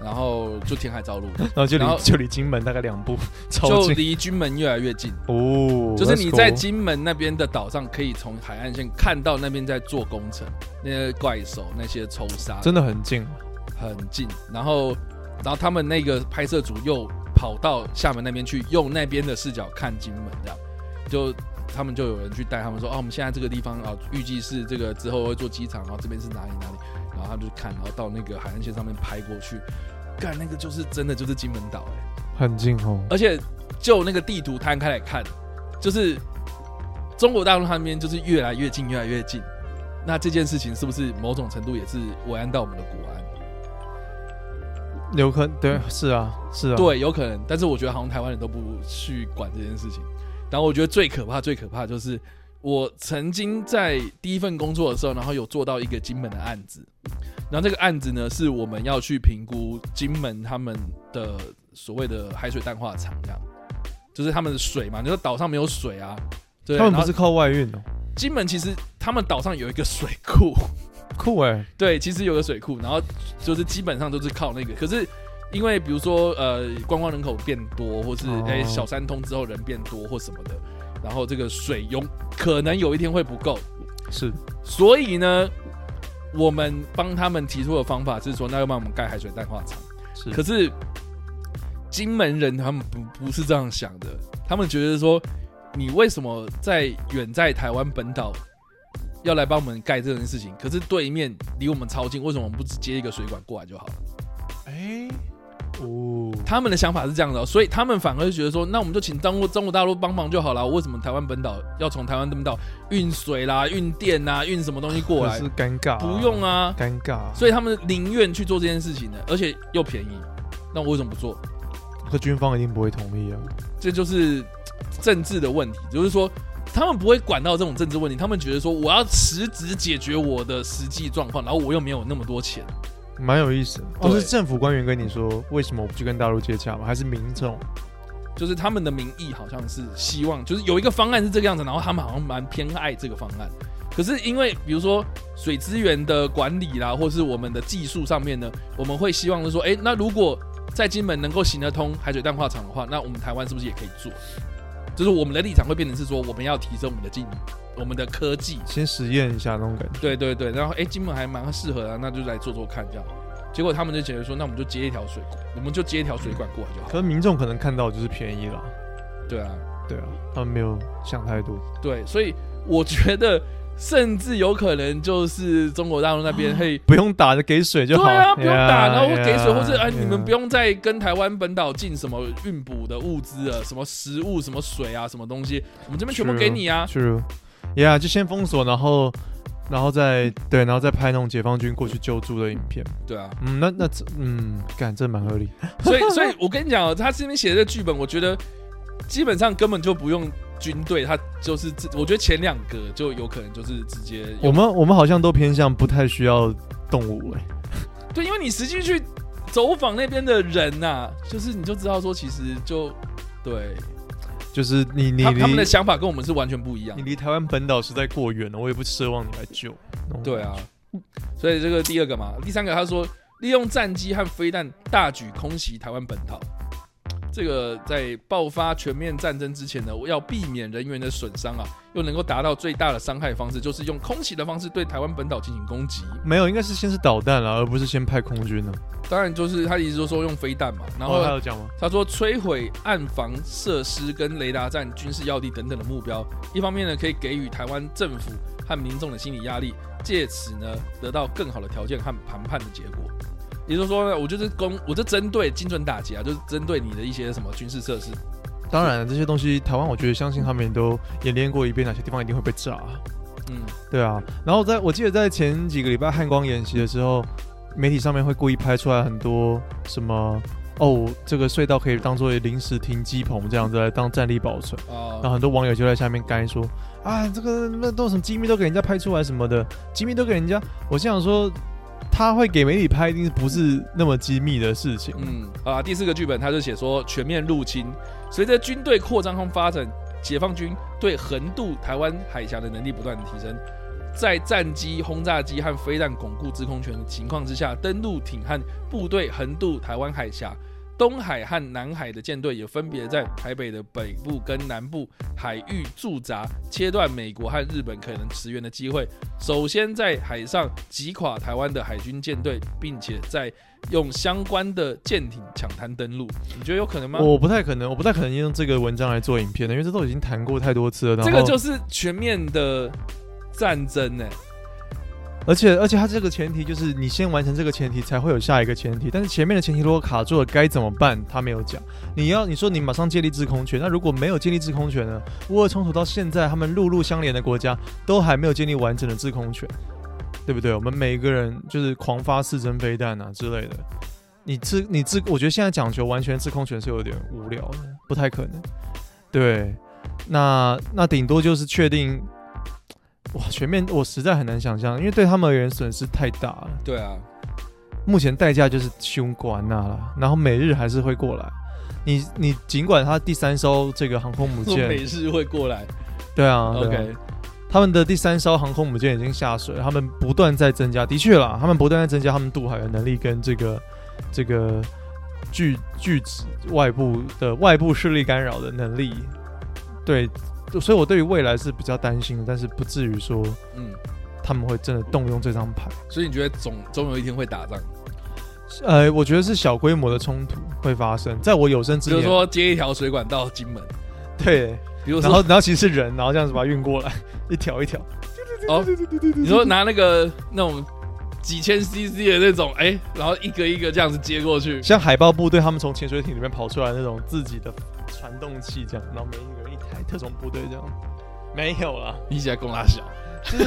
然后就填海造陆，然后就离然后就离金门大概两步， 超就近离金门越来越近。哦。就是 that's 你在 cool 金门那边的岛上，可以从海岸线看到那边在做工程，那些怪手、那些抽沙，真的很近，很近，然后然后他们那个拍摄组又跑到厦门那边去，用那边的视角看金门，这样就他们就有人去带他们说，哦，我们现在这个地方啊，预计是这个之后会做机场，然后这边是哪里哪里，然后他们就看，然后到那个海岸线上面拍过去，干那个就是真的就是金门岛哎、很近哦。而且就那个地图摊开来看，就是中国大陆那边就是越来越近，越来越近。那这件事情是不是某种程度也是违安到我们的国安？有可对，是啊，是啊，，对，有可能，但是我觉得好像台湾人都不去管这件事情。然后我觉得最可怕、最可怕就是我曾经在第一份工作的时候，然后有做到一个金门的案子，然后这个案子呢是我们要去评估金门他们的所谓的海水淡化厂，这样就是他们的水嘛，你说岛上没有水啊，对，他们然不后是靠外运哦，金门，其实他们岛上有一个水库。酷哎、对，其实有个水库，然后就是基本上都是靠那个。可是因为比如说呃，观光人口变多，或是哦哎、小三通之后人变多或什么的，然后这个水有可能有一天会不够，是所以呢，我们帮他们提出的方法是说，那要帮我们盖海水淡化厂。是，可是金门人他们不不是这样想的，他们觉得说，你为什么在远在台湾本岛要来帮我们盖这件事情？可是对面离我们超近，为什么我们不直接一个水管过来就好了？哎、哦，他们的想法是这样的哦、所以他们反而就觉得说，那我们就请中国中国大陆帮忙就好了。为什么台湾本岛要从台湾本岛运水啦、运电啦、运什么东西过可来是？尴尬、不用，啊，尴尬。所以他们宁愿去做这件事情的，而且又便宜。那我为什么不做？可军方一定不会同意啊。这就是嘖政治的问题，就是说他们不会管到这种政治问题，他们觉得说我要实质解决我的实际状况，然后我又没有那么多钱，蛮有意思的，哦，对是政府官员跟你说为什么我不去跟大陆接洽吗？还是民众？就是他们的民意好像是希望，就是有一个方案是这个样子，然后他们好像蛮偏爱这个方案。可是因为比如说水资源的管理啦，或是我们的技术上面呢，我们会希望是说，诶，那如果在金门能够行得通海水淡化厂的话，那我们台湾是不是也可以做？就是我们的立场会变成是说，我们要提升我们的技，我们的科技，先实验一下那种感觉。对对对，然后哎，金门还蛮适合的、那就来做做看这样。结果他们就觉得说，那我们就接一条水管，我们就接一条水管过来就好可。是民众可能看到就是便宜啦，对啊，对啊，他们没有想太多。对，所以我觉得甚至有可能就是中国大陆那 边嘿。不用打的给水就好。对啊，不用打， Yeah，然后给水， yeah，或者哎， yeah 你们不用再跟台湾本岛进什么运补的物资啊了，什么食物、什么水啊，什么东西，我们这边全部给你啊。 True，Yeah，就先封锁，然后，然后再对，然后再拍那种解放军过去救助的影片。对啊，嗯，那那这嗯，干这蛮合理。 所以，所以我跟你讲、哦，他这边写的这剧本，我觉得基本上根本就不用军队，他就是自我觉得前两个就有可能就是直接我们我们好像都偏向不太需要动武哎、对，因为你实际去走访那边的人呐、就是你就知道说，其实就对就是你你他他们离的想法跟我们是完全不一样你。离台湾本岛实在过远了，我也不奢望你来救。No 对啊，所以这个第二个嘛，第三个他说利用战机和飞弹大举空袭台湾本岛，这个在爆发全面战争之前呢，要避免人员的损伤啊，又能够达到最大的伤害方式，就是用空袭的方式对台湾本岛进行攻击。没有，应该是先是导弹啊了，而不是先派空军了。当然，就是他的意思就是说用飞弹嘛，然哦后还有讲吗？他说摧毁岸防设施跟雷达站、军事要地等等的目标，一方面呢可以给予台湾政府和民众的心理压力，借此呢得到更好的条件和谈判的结果。也就是说呢，我就是攻，我就针对精准打击啊，就是针对你的一些什么军事设施。当然了，这些东西台湾我觉得相信他们也都演练过一遍，哪些地方一定会被炸。啊嗯，对啊，然后在我记得在前几个礼拜汉光演习的时候，媒体上面会故意拍出来很多什么哦，这个隧道可以当做临时停机棚这样子来当战力保存。哦、然后很多网友就在下面干说啊，这个那都什么机密都给人家拍出来什么的，机密都给人家。我心想说，他会给媒体拍，一定是不是那么机密的事情。嗯，好啦，第四个剧本他就写说全面入侵，随着军队扩张和发展，解放军对横渡台湾海峡的能力不断地提升，在战机、轰炸机和飞弹巩固制空权的情况之下，登陆艇和部队横渡台湾海峡。东海和南海的舰队也分别在台北的北部跟南部海域驻扎，切断美国和日本可能驰援的机会。首先在海上击垮台湾的海军舰队，并且在用相关的舰艇抢滩登陆。你觉得有可能吗？我不太可能，我不太可能用这个文章来做影片的，因为这都已经谈过太多次了。然这后个就是全面的战争呢、而且而且它这个前提就是你先完成这个前提，才会有下一个前提。但是前面的前提如果卡住了，该怎么办？他没有讲。你要你说你马上建立制空权，那如果没有建立制空权呢？乌俄冲突到现在，他们陆路相连的国家都还没有建立完整的制空权，对不对？我们每一个人就是狂发四针飞弹啊之类的。你制你制，我觉得现在讲求完全制空权是有点无聊的，不太可能。对，那那顶多就是确定哇，全面我实在很难想象，因为对他们而言损失太大了。对啊，目前代价就是凶管那了，然后美日还是会过来。你你尽管他第三艘这个航空母说 舰，美式会过来。对啊对啊 OK，他们的第三艘航空母舰已经下水，他们不断在增加，的确啦，他们不断在增加他们渡海的能力跟这个这个拒拒止外部的外部势力干扰的能力。对，所以我对于未来是比较担心的，但是不至于说嗯，他们会真的动用这张牌。所以你觉得总总有一天会打啊仗，呃，我觉得是小规模的冲突会发生，在我有生之比如年，说接一条水管到金门，对，比如然说后然后其实是人，然后这样子把它运过来，一条一条，哦，你说拿那个那种几千 CC 的那种，哎、然后一个一个这样子接过去，像海豹部队他们从潜水艇里面跑出来那种自己的传动器这样，然后每一个人一台特种部队这样，没 有啦，你起来供他小，就是。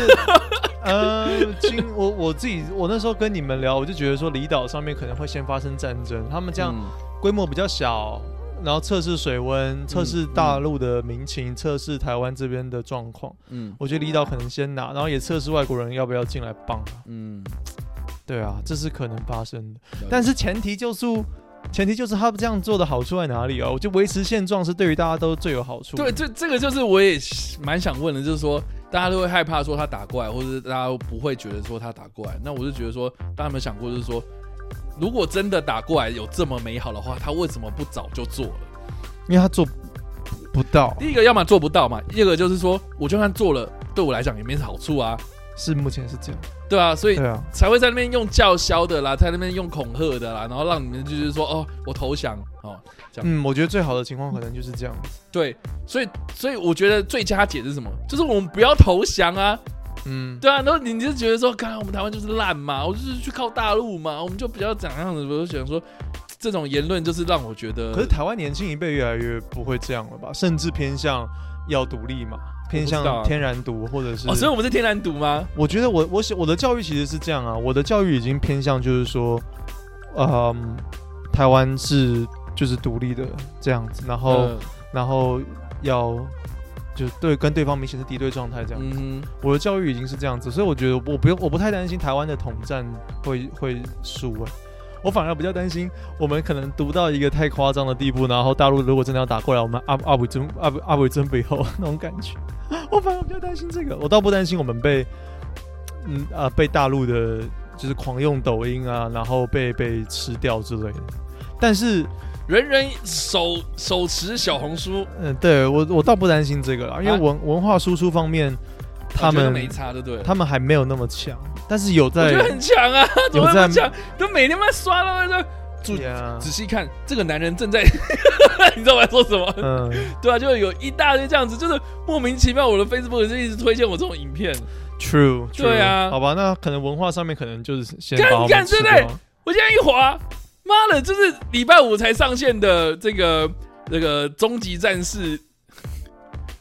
呃，经我我自己，我那时候跟你们聊，我就觉得说离岛上面可能会先发生战争，他们这样嗯规模比较小，然后测试水温，测嗯试大陆的民情，测试台湾这边的状况，嗯我觉得离岛可能先拿，然后也测试外国人要不要进来帮啊。嗯，对啊，这是可能发生的，了但解是前提就是，前提就是他这样做的好处在哪里啊？我就维持现状是对于大家都最有好处。对，，这这个就是我也蛮想问的，就是说大家都会害怕说他打过来，或者是大家不会觉得说他打过来，那我就觉得说，大家有没有想过，就是说，如果真的打过来有这么美好的话，他为什么不早就做了？因为他做不到，第一个，要么做不到嘛；，第二个就是说，我就算做了，对我来讲也没什么好处啊，是目前是这样。对啊，所以对啊，才会在那边用叫嚣的啦，在那边用恐吓的啦，然后让你们就是说哦，我投降哦，嗯，我觉得最好的情况可能就是这样子。对，所以所以我觉得最佳解是什么？就是我们不要投降啊，嗯，对啊，然后你就觉得说，刚刚我们台湾就是烂嘛，我就是去靠大陆嘛，我们就比较怎样的，我就想说，这种言论就是让我觉得，可是台湾年轻一辈越来越不会这样了吧？甚至偏向要独立嘛，偏我不知道向啊天然独或者是。哦，所以我们是天然独吗？我觉得我我喜我的教育其实是这样啊，我的教育已经偏向就是说，嗯，台湾是就是独立的这样子，然后、嗯然后要就对跟对方明显是敌对状态这样。嗯我的教育已经是这样子，所以我觉得我不用我不太担心台湾的统战会会输哎、我反而比较担心，我们可能读到一个太夸张的地步，然后大陆如果真的要打过来，我们阿阿伟真阿伟阿伟真背后那种感觉，我反而比较担心这个。我倒不担心我们被嗯啊、被大陆的，就是狂用抖音啊，然后被被吃掉之类的。但是，哼，人人手手持小红书，嗯、对我我倒不担心这个啦，因为啊哦文、文化输出方面，他我觉得们没差，对不对？他们还没有那么强，但是有我觉得在很强啊，怎么有那在么强？都每天妈刷到那个，主 Yeah 仔细看，这个男人正在， 你知道我在说什么？嗯，对啊，就有一大堆这样子，就是莫名其妙，我的 Facebook 就一直推荐我这种影片。 True，, true 对啊好吧，那可能文化上面可能就是先干把我干们吃对不对掉我现在一滑，妈的，这是礼拜五才上线的这个这个终极战士，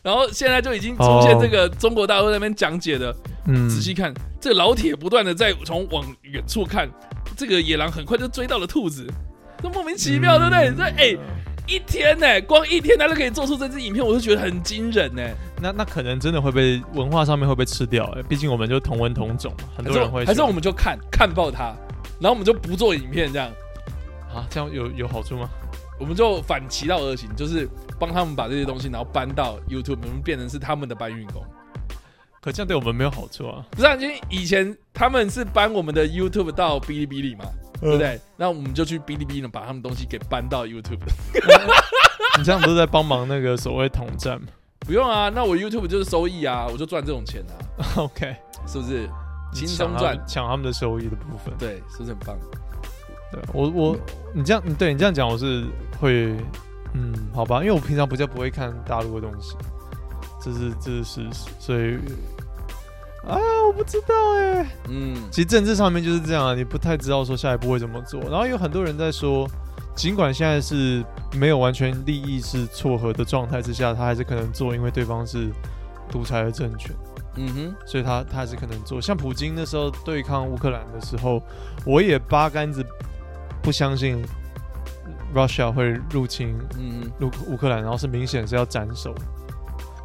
然后现在就已经出现这个中国大陆那边讲解的。嗯，仔细看，这个老铁不断的在从往远处看，这个野狼很快就追到了兔子，这莫名其嗯妙，对不对？这哎、一天呢、光一天他就可以做出这支影片，我就觉得很惊人呢、那那可能真的会被文化上面会被吃掉、欸，毕竟我们就同文同种嘛，很还多是人我会还是喜欢我们就看看爆他，然后我们就不做影片这样。啊，这样有有好处吗？我们就反其道而行，就是帮他们把这些东西，然后搬到 YouTube，我们变成是他们的搬运工。可这样对我们没有好处啊， 不是、啊，因为以前他们是搬我们的 YouTube 到哔哩哔哩嘛，嗯对不对？那我们就去哔哩哔哩把他们东西给搬到 YouTube。你这样不是在帮忙那个所谓统战吗 不用啊，那我 YouTube 就是收益啊，我就赚这种钱啊， ？OK，是不是？轻抢松他赚们，抢他们的收益的部分。对，是不是很棒？对我我你这样你对你这样讲我是会嗯好吧，因为我平常比较不会看大陆的东西，这是这是事实，所以啊我不知道哎、嗯，其实政治上面就是这样啊，你不太知道说下一步会怎么做，然后有很多人在说，尽管现在是没有完全利益是撮合的状态之下，他还是可能做，因为对方是独裁的政权。嗯哼，所以他他还是可能做。像普京那时候对抗乌克兰的时候，我也八竿子不相信 Russia 会入侵嗯哼，乌乌克兰，然后是明显是要斩首，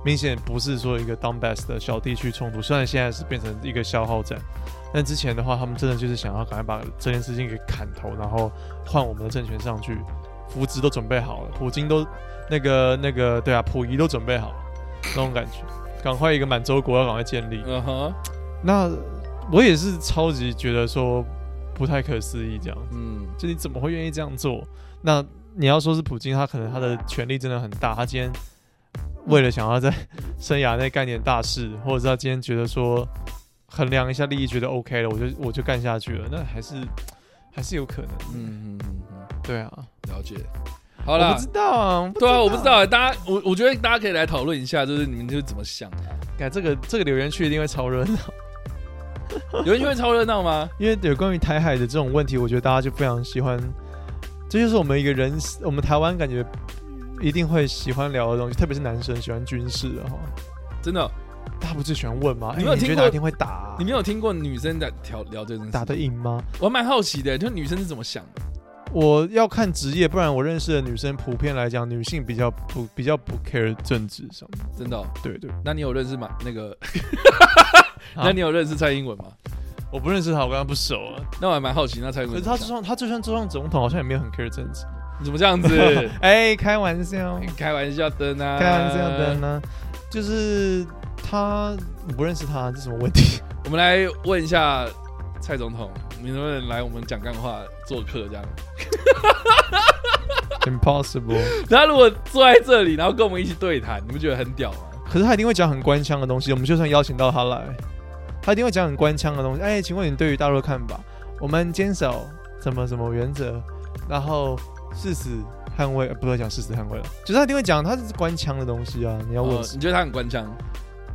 明显不是说一个 Donbass 的小地区冲突，虽然现在是变成一个消耗战。但之前的话，他们真的就是想要赶快把这件事情给砍头，然后换我们的政权上去，扶植都准备好了，普京都那个那个对啊，溥仪都准备好了，那种感觉，赶快一个满洲国要赶快建立。嗯哼，那我也是超级觉得说不太可思议，这样，嗯就你怎么会愿意这样做？那你要说是普京，他可能他的权力真的很大，他今天为了想要在生涯内干点大事，或者是他今天觉得说衡量一下利益，觉得 OK 了，我就我就干下去了，那还是还是有可能，嗯嗯嗯嗯，对啊，了解。好啦我不，知道啊，我不对啊，我不知道、大家我我觉得大家可以来讨论一下，就是你们就是怎么想的、哎，这个这个留言区一定会超热闹，有人会超热闹吗？因为有关于台海的这种问题，我觉得大家就非常喜欢，这就是我们一个人，我们台湾感觉一定会喜欢聊的东西，特别是男生喜欢军事的哈，真的哦，大家不是喜欢问吗？你哎没有你听觉过得哪一天会打啊、你没有听过女生在聊聊这件事打得赢吗？我蛮好奇的，就女生是怎么想的？我要看职业，不然我认识的女生普遍来讲，女性比较不比较不 care 政治上面。真的哦、对对，那你有认识吗？那个，啊那你有认识蔡英文吗？我不认识他，我跟他不熟啊。那我还蛮好奇，那蔡英可文是怎么他想就算他就算做上总统，好像也没有很 care 政治。你怎么这样子？哎、开玩笑。开玩笑的呢，开玩笑的。呢，就是他我不认识他，这什么问 题？我们来问一下蔡总统，你能不能来我们讲干话做客这样？ Impossible。然后如果坐在这里，然后跟我们一起对谈，你不觉得很屌吗？可是他一定会讲很官腔的东西，我们就算邀请到他来，他一定会讲很官腔的东西。哎，请问你对于大陆的看法？我们坚守什么什么原则，然后誓死捍卫，呃不要讲誓死捍卫了，就是他一定会讲他是官腔的东西啊。你要问呃谁、你觉得他很官腔，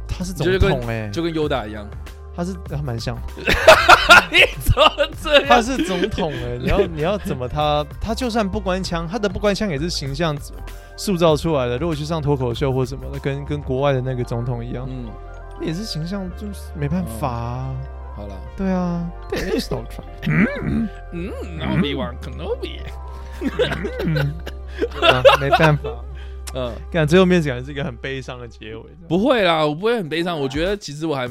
他是你总就跟统哎、就跟优达一样，他是他蛮像，你怎么这 他样？是总统哎、你要你要怎么他他就算不关腔，他的不关腔也是形象塑造出来的。如果去上脱口秀或什么的，跟跟国外的那个总统一样，嗯，也是形象就是没办法、啊，好了，对啊，对，it's not try，嗯，Obi Wan Kenobi，啊没办法。嗯，看最后面感觉是一个很悲伤的结尾，不会啦，我不会很悲伤。我觉得其实我还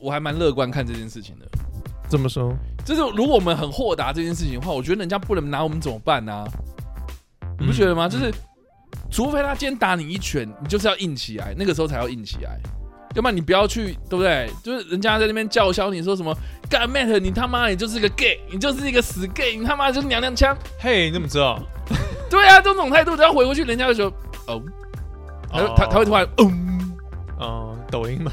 我还蛮乐观看这件事情的。这么说，就是如果我们很豁达这件事情的话，我觉得人家不能拿我们怎么办啊呢、你不觉嗯得吗？就是除非他今天打你一拳，你就是要硬起来，那个时候才要硬起来。要不然你不要去，对不对？就是人家在那边叫嚣你说什么“干 Matt，你他妈你就是个 gay，你就是一个死 gay，你他妈就是娘娘腔嘿，你怎么知道？”。对啊，这种态度只要回过去，人家就说哦，他就他他会突然嗯，哦，抖音嘛，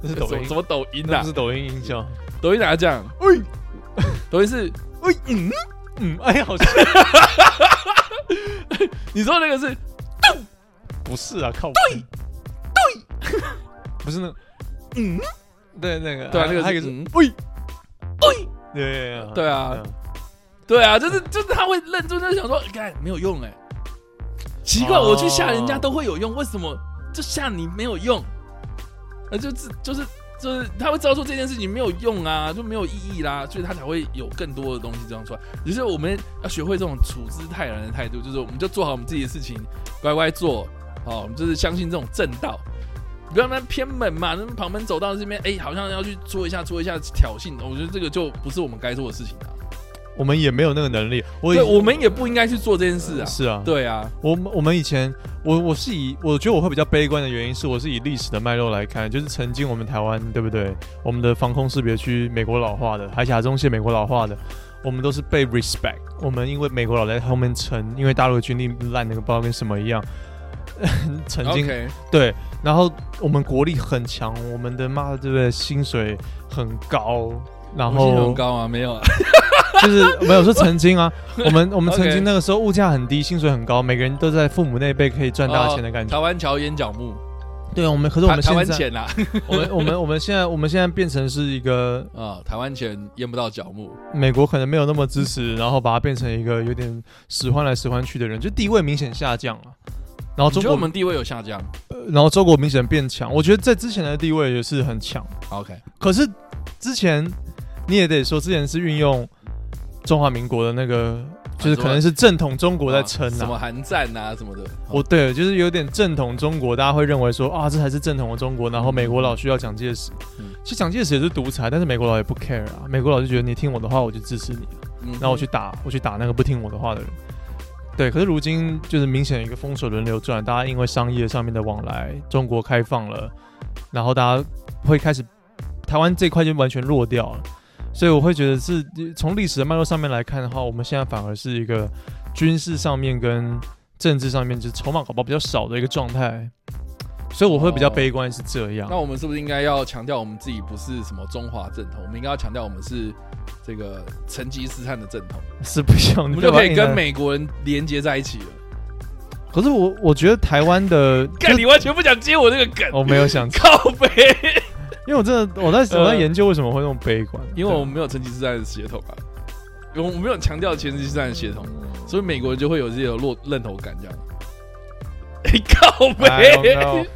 那是抖音，什么抖音那啊不是？抖音音效。抖音哪这 样？哎抖音是哎嗯嗯，哎呀，好像你说那个是不是啊，靠，对对， 不是那个嗯，对那个，对啊，还那个还是有一个是，嗯喂喂，对嗯对啊，对啊，就是就是他会认真的想说，看没有用哎、奇怪，哦我去吓人家都会有用，为什么就吓你没有用？呃，就是就是就是他会知道说这件事情没有用啊，就没有意义啦，所以他才会有更多的东西这样出来。只是我们要学会这种处之泰然的态度，就是我们就做好我们自己的事情，乖乖做，哦好、我们就是相信这种正道。你不要那边偏门嘛，那边旁门走道这边，哎、好像要去做一下做一下挑衅，我觉得这个就不是我们该做的事情啊。我们也没有那个能力，我对，我们也不应该去做这件事啊。是啊，对啊，我们我们以前，我我是以我觉得我会比较悲观的原因是，我是以历史的脉络来看，就是曾经我们台湾对不对？我们的防空识别区美国老化的，海峡中线美国老化的，我们都是被 respect，我们因为美国佬在后面撑，因为大陆的军力烂那个不知道跟什么一样， 曾经 OK，对，然后我们国力很强，我们的妈的对不对？薪水很高，然我薪水后很高啊，没有啊， 就是没有说曾经 啊，我们我们曾 OK 经那个时候物价很低，薪水很高，每个人都在父母那一辈可以赚大钱的感哦觉。台湾桥烟角木，对，啊我们可是我台们台现湾 在，钱啦，啊我们我们我们现在我们现在变成是一个啊，台湾钱淹不到角木，美国可能没有那么支持，然后把它变成一个有点使唤来使唤去的人，就地位明显下降了。然后你哦中觉得我国，们地位有下降呃然后中国明显变强，我觉得在之前的地位也是很强，哦？OK，可是之前你也得说，之前是运用中华民国的那个，就是可能是正统中国在撑哦什啊。么韩战啊什么的，我对，就是有点正统中国，大家会认为说啊，这才是正统的中国。然后美国佬需要蒋介石嗯，其实蒋介石也是独裁，但是美国佬也不 care 啊。美国佬就觉得你听我的话，我就支持你，啊嗯然后我去打，我去打那个不听我的话的人。对，可是如今就是明显有一个风水轮流转，大家因为商业上面的往来，中国开放了，然后大家会开始台湾这一块就完全弱掉了。所以我会觉得是从历史的脉络上面来看的话，我们现在反而是一个军事上面跟政治上面就是筹码搞不好比较少的一个状态，所以我会比较哦悲观是这样。那我们是不是应该要强调我们自己不是什么中华正统？我们应该要强调我们是这个成吉思汗的正统，是不一样的，我你们不要就把可以硬来跟。美国人连接在一起了。可是我我觉得台湾的，干，你完全不想接我这个梗，哦我没有想， 靠背，因为我真的我在我在研究为什么会那么悲观，呃因为我们没有成吉思汗的血统啊，我我没有强调成吉思汗的血统。嗯所以美国人就会有这种落认同感，这样。 哎、靠对，I 背 don't，know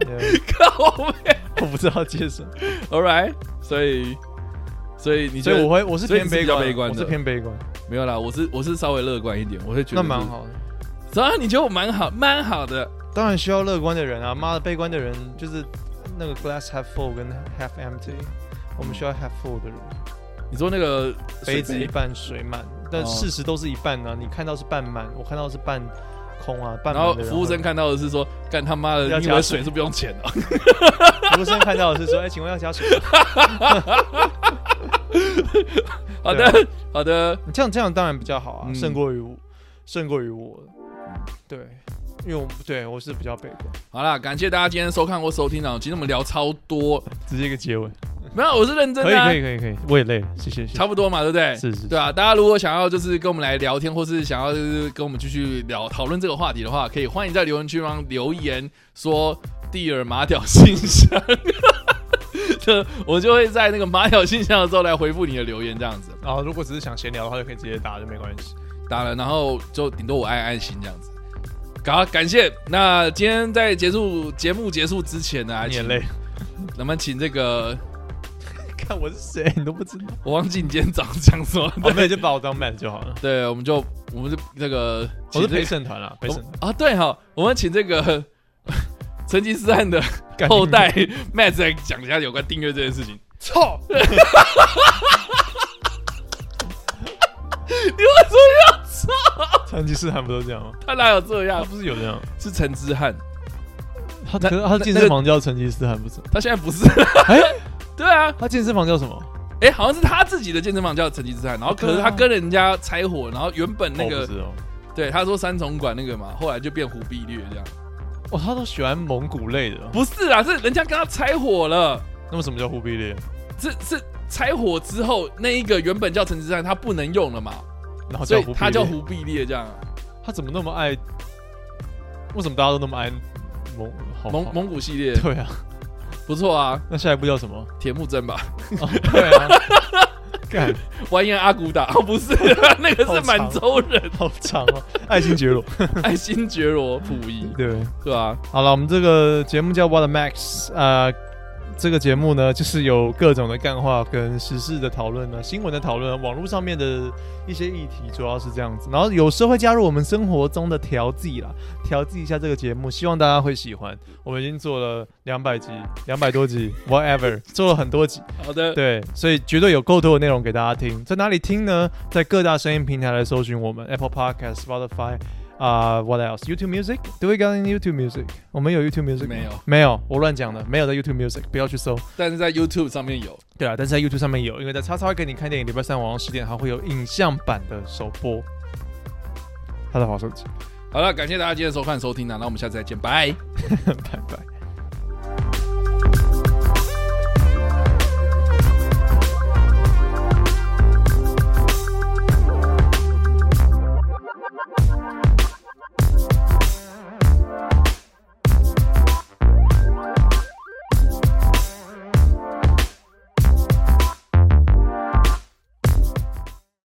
Yeah，靠背 我不知道接什么， ，All right，所以，所以你觉所以得我会我是所以偏你是悲比较观的，悲观的我是偏悲观，没有啦，我是我是稍微乐观一点，我会觉得那蛮是。好的。啊，你觉得我蛮好，蛮好的。当然需要乐观的人啊，妈的，悲观的人就是那个 glass half full 跟 half empty，我们需要 half full 的人，你说那个杯水哦子一半水满，但事实都是一半啊，你看到是半满，我看到是半空啊，半然满后的人。服务生看到的是说，干他妈的，要你以加啊为水水是不用钱的、服务生看到的是说，哎，请问要加水吗？好的，好的，你这样这样当然比较好啊，嗯胜过于我，胜过于我，对，因为我对我是比较悲观，好啦，感谢大家今天收看或收听啊。今天我们聊超多，直接一个结尾，没有，我是认真可以的、啊可，以可以可以，我也累了，谢谢谢谢差，不多嘛，对不对？是是，对啊，大家如果想要就是跟我们来聊天，或是想要就是跟我们继续聊讨论这个话题的话，可以欢迎在 留言区帮留言说蒂尔马屌信箱。就我就会在那个马小信箱的时候来回复你的留言，这样子。然后如果只是想闲聊的话，就可以直接打，就没关系。打了，然后就顶多我按爱心这样子。好，感谢。那今天在结束节目结束之前呢，还你请也累，咱们请这个 看我是谁，你都不知道。我忘记你今天早上讲什么。 哦，没有，就把我当 man 就好了。对，我们就我们就那个我是请这陪审团啦，陪审团。啊，对哈，我们请这个 成吉思汗的干后你 代 Matt 来讲一下有关订阅这件事情。操！你为什么要操？成吉思汗不都这样吗？他哪有这他样？不是有这样？是陈之汉，他那可是他健身房叫成吉思汗不是？他现在不是。哎 对啊，他健身房叫什么？哎、好像是他自己的健身房叫成吉思汗，然后可是他跟人家拆伙，然后原本那我个、啊哦不知道。对他说三重馆那个嘛，后来就变忽必烈这样。哇，哦他都喜欢蒙古类的。不是啊，是人家跟他拆伙了，那么什么叫忽必烈？是是拆伙之后那一个原本叫成吉思汗，他不能用了嘛，然后所以哦叫忽必烈。他叫忽必烈这样啊。他怎么那么爱？为什么大家都那么爱蒙好蒙好蒙古系列对啊，不错啊，那下一步叫什么？ 铁木真吧，哦对啊， 干完颜阿骨打哦，不是、 啊，那个好是长满洲人，好长哦，爱新觉罗。爱新觉罗溥仪，对，对吧、好了，我们这个节目叫 What a Max，呃，这个节目呢，就是有各种的干话跟时事的讨论呢，新闻的讨论，网络上面的一些议题，主要是这样子。然后有时候会加入我们生活中的调剂啦，调剂一下这个节目，希望大家会喜欢。我们已经做了两百集，两百多集，whatever，做了很多集。好 的，对，所以绝对有够多的内容给大家听。在哪里听呢？在各大声音平台来搜寻我们 Apple Podcast、Spotify 啊、w h a t else? YouTube Music？Do we got any YouTube Music？我们有 YouTube Music？吗没有没有，我乱讲的，没有在 YouTube Music，不要去搜。但是在 YouTube 上面有，对啊，但是在 YouTube 上面有，因为在叉叉会给你看电影，礼拜三晚上十点还会有影像版的首播。他的好手机，好了，感谢大家今天的收看收听啊，那我们下次再见，拜。 拜拜。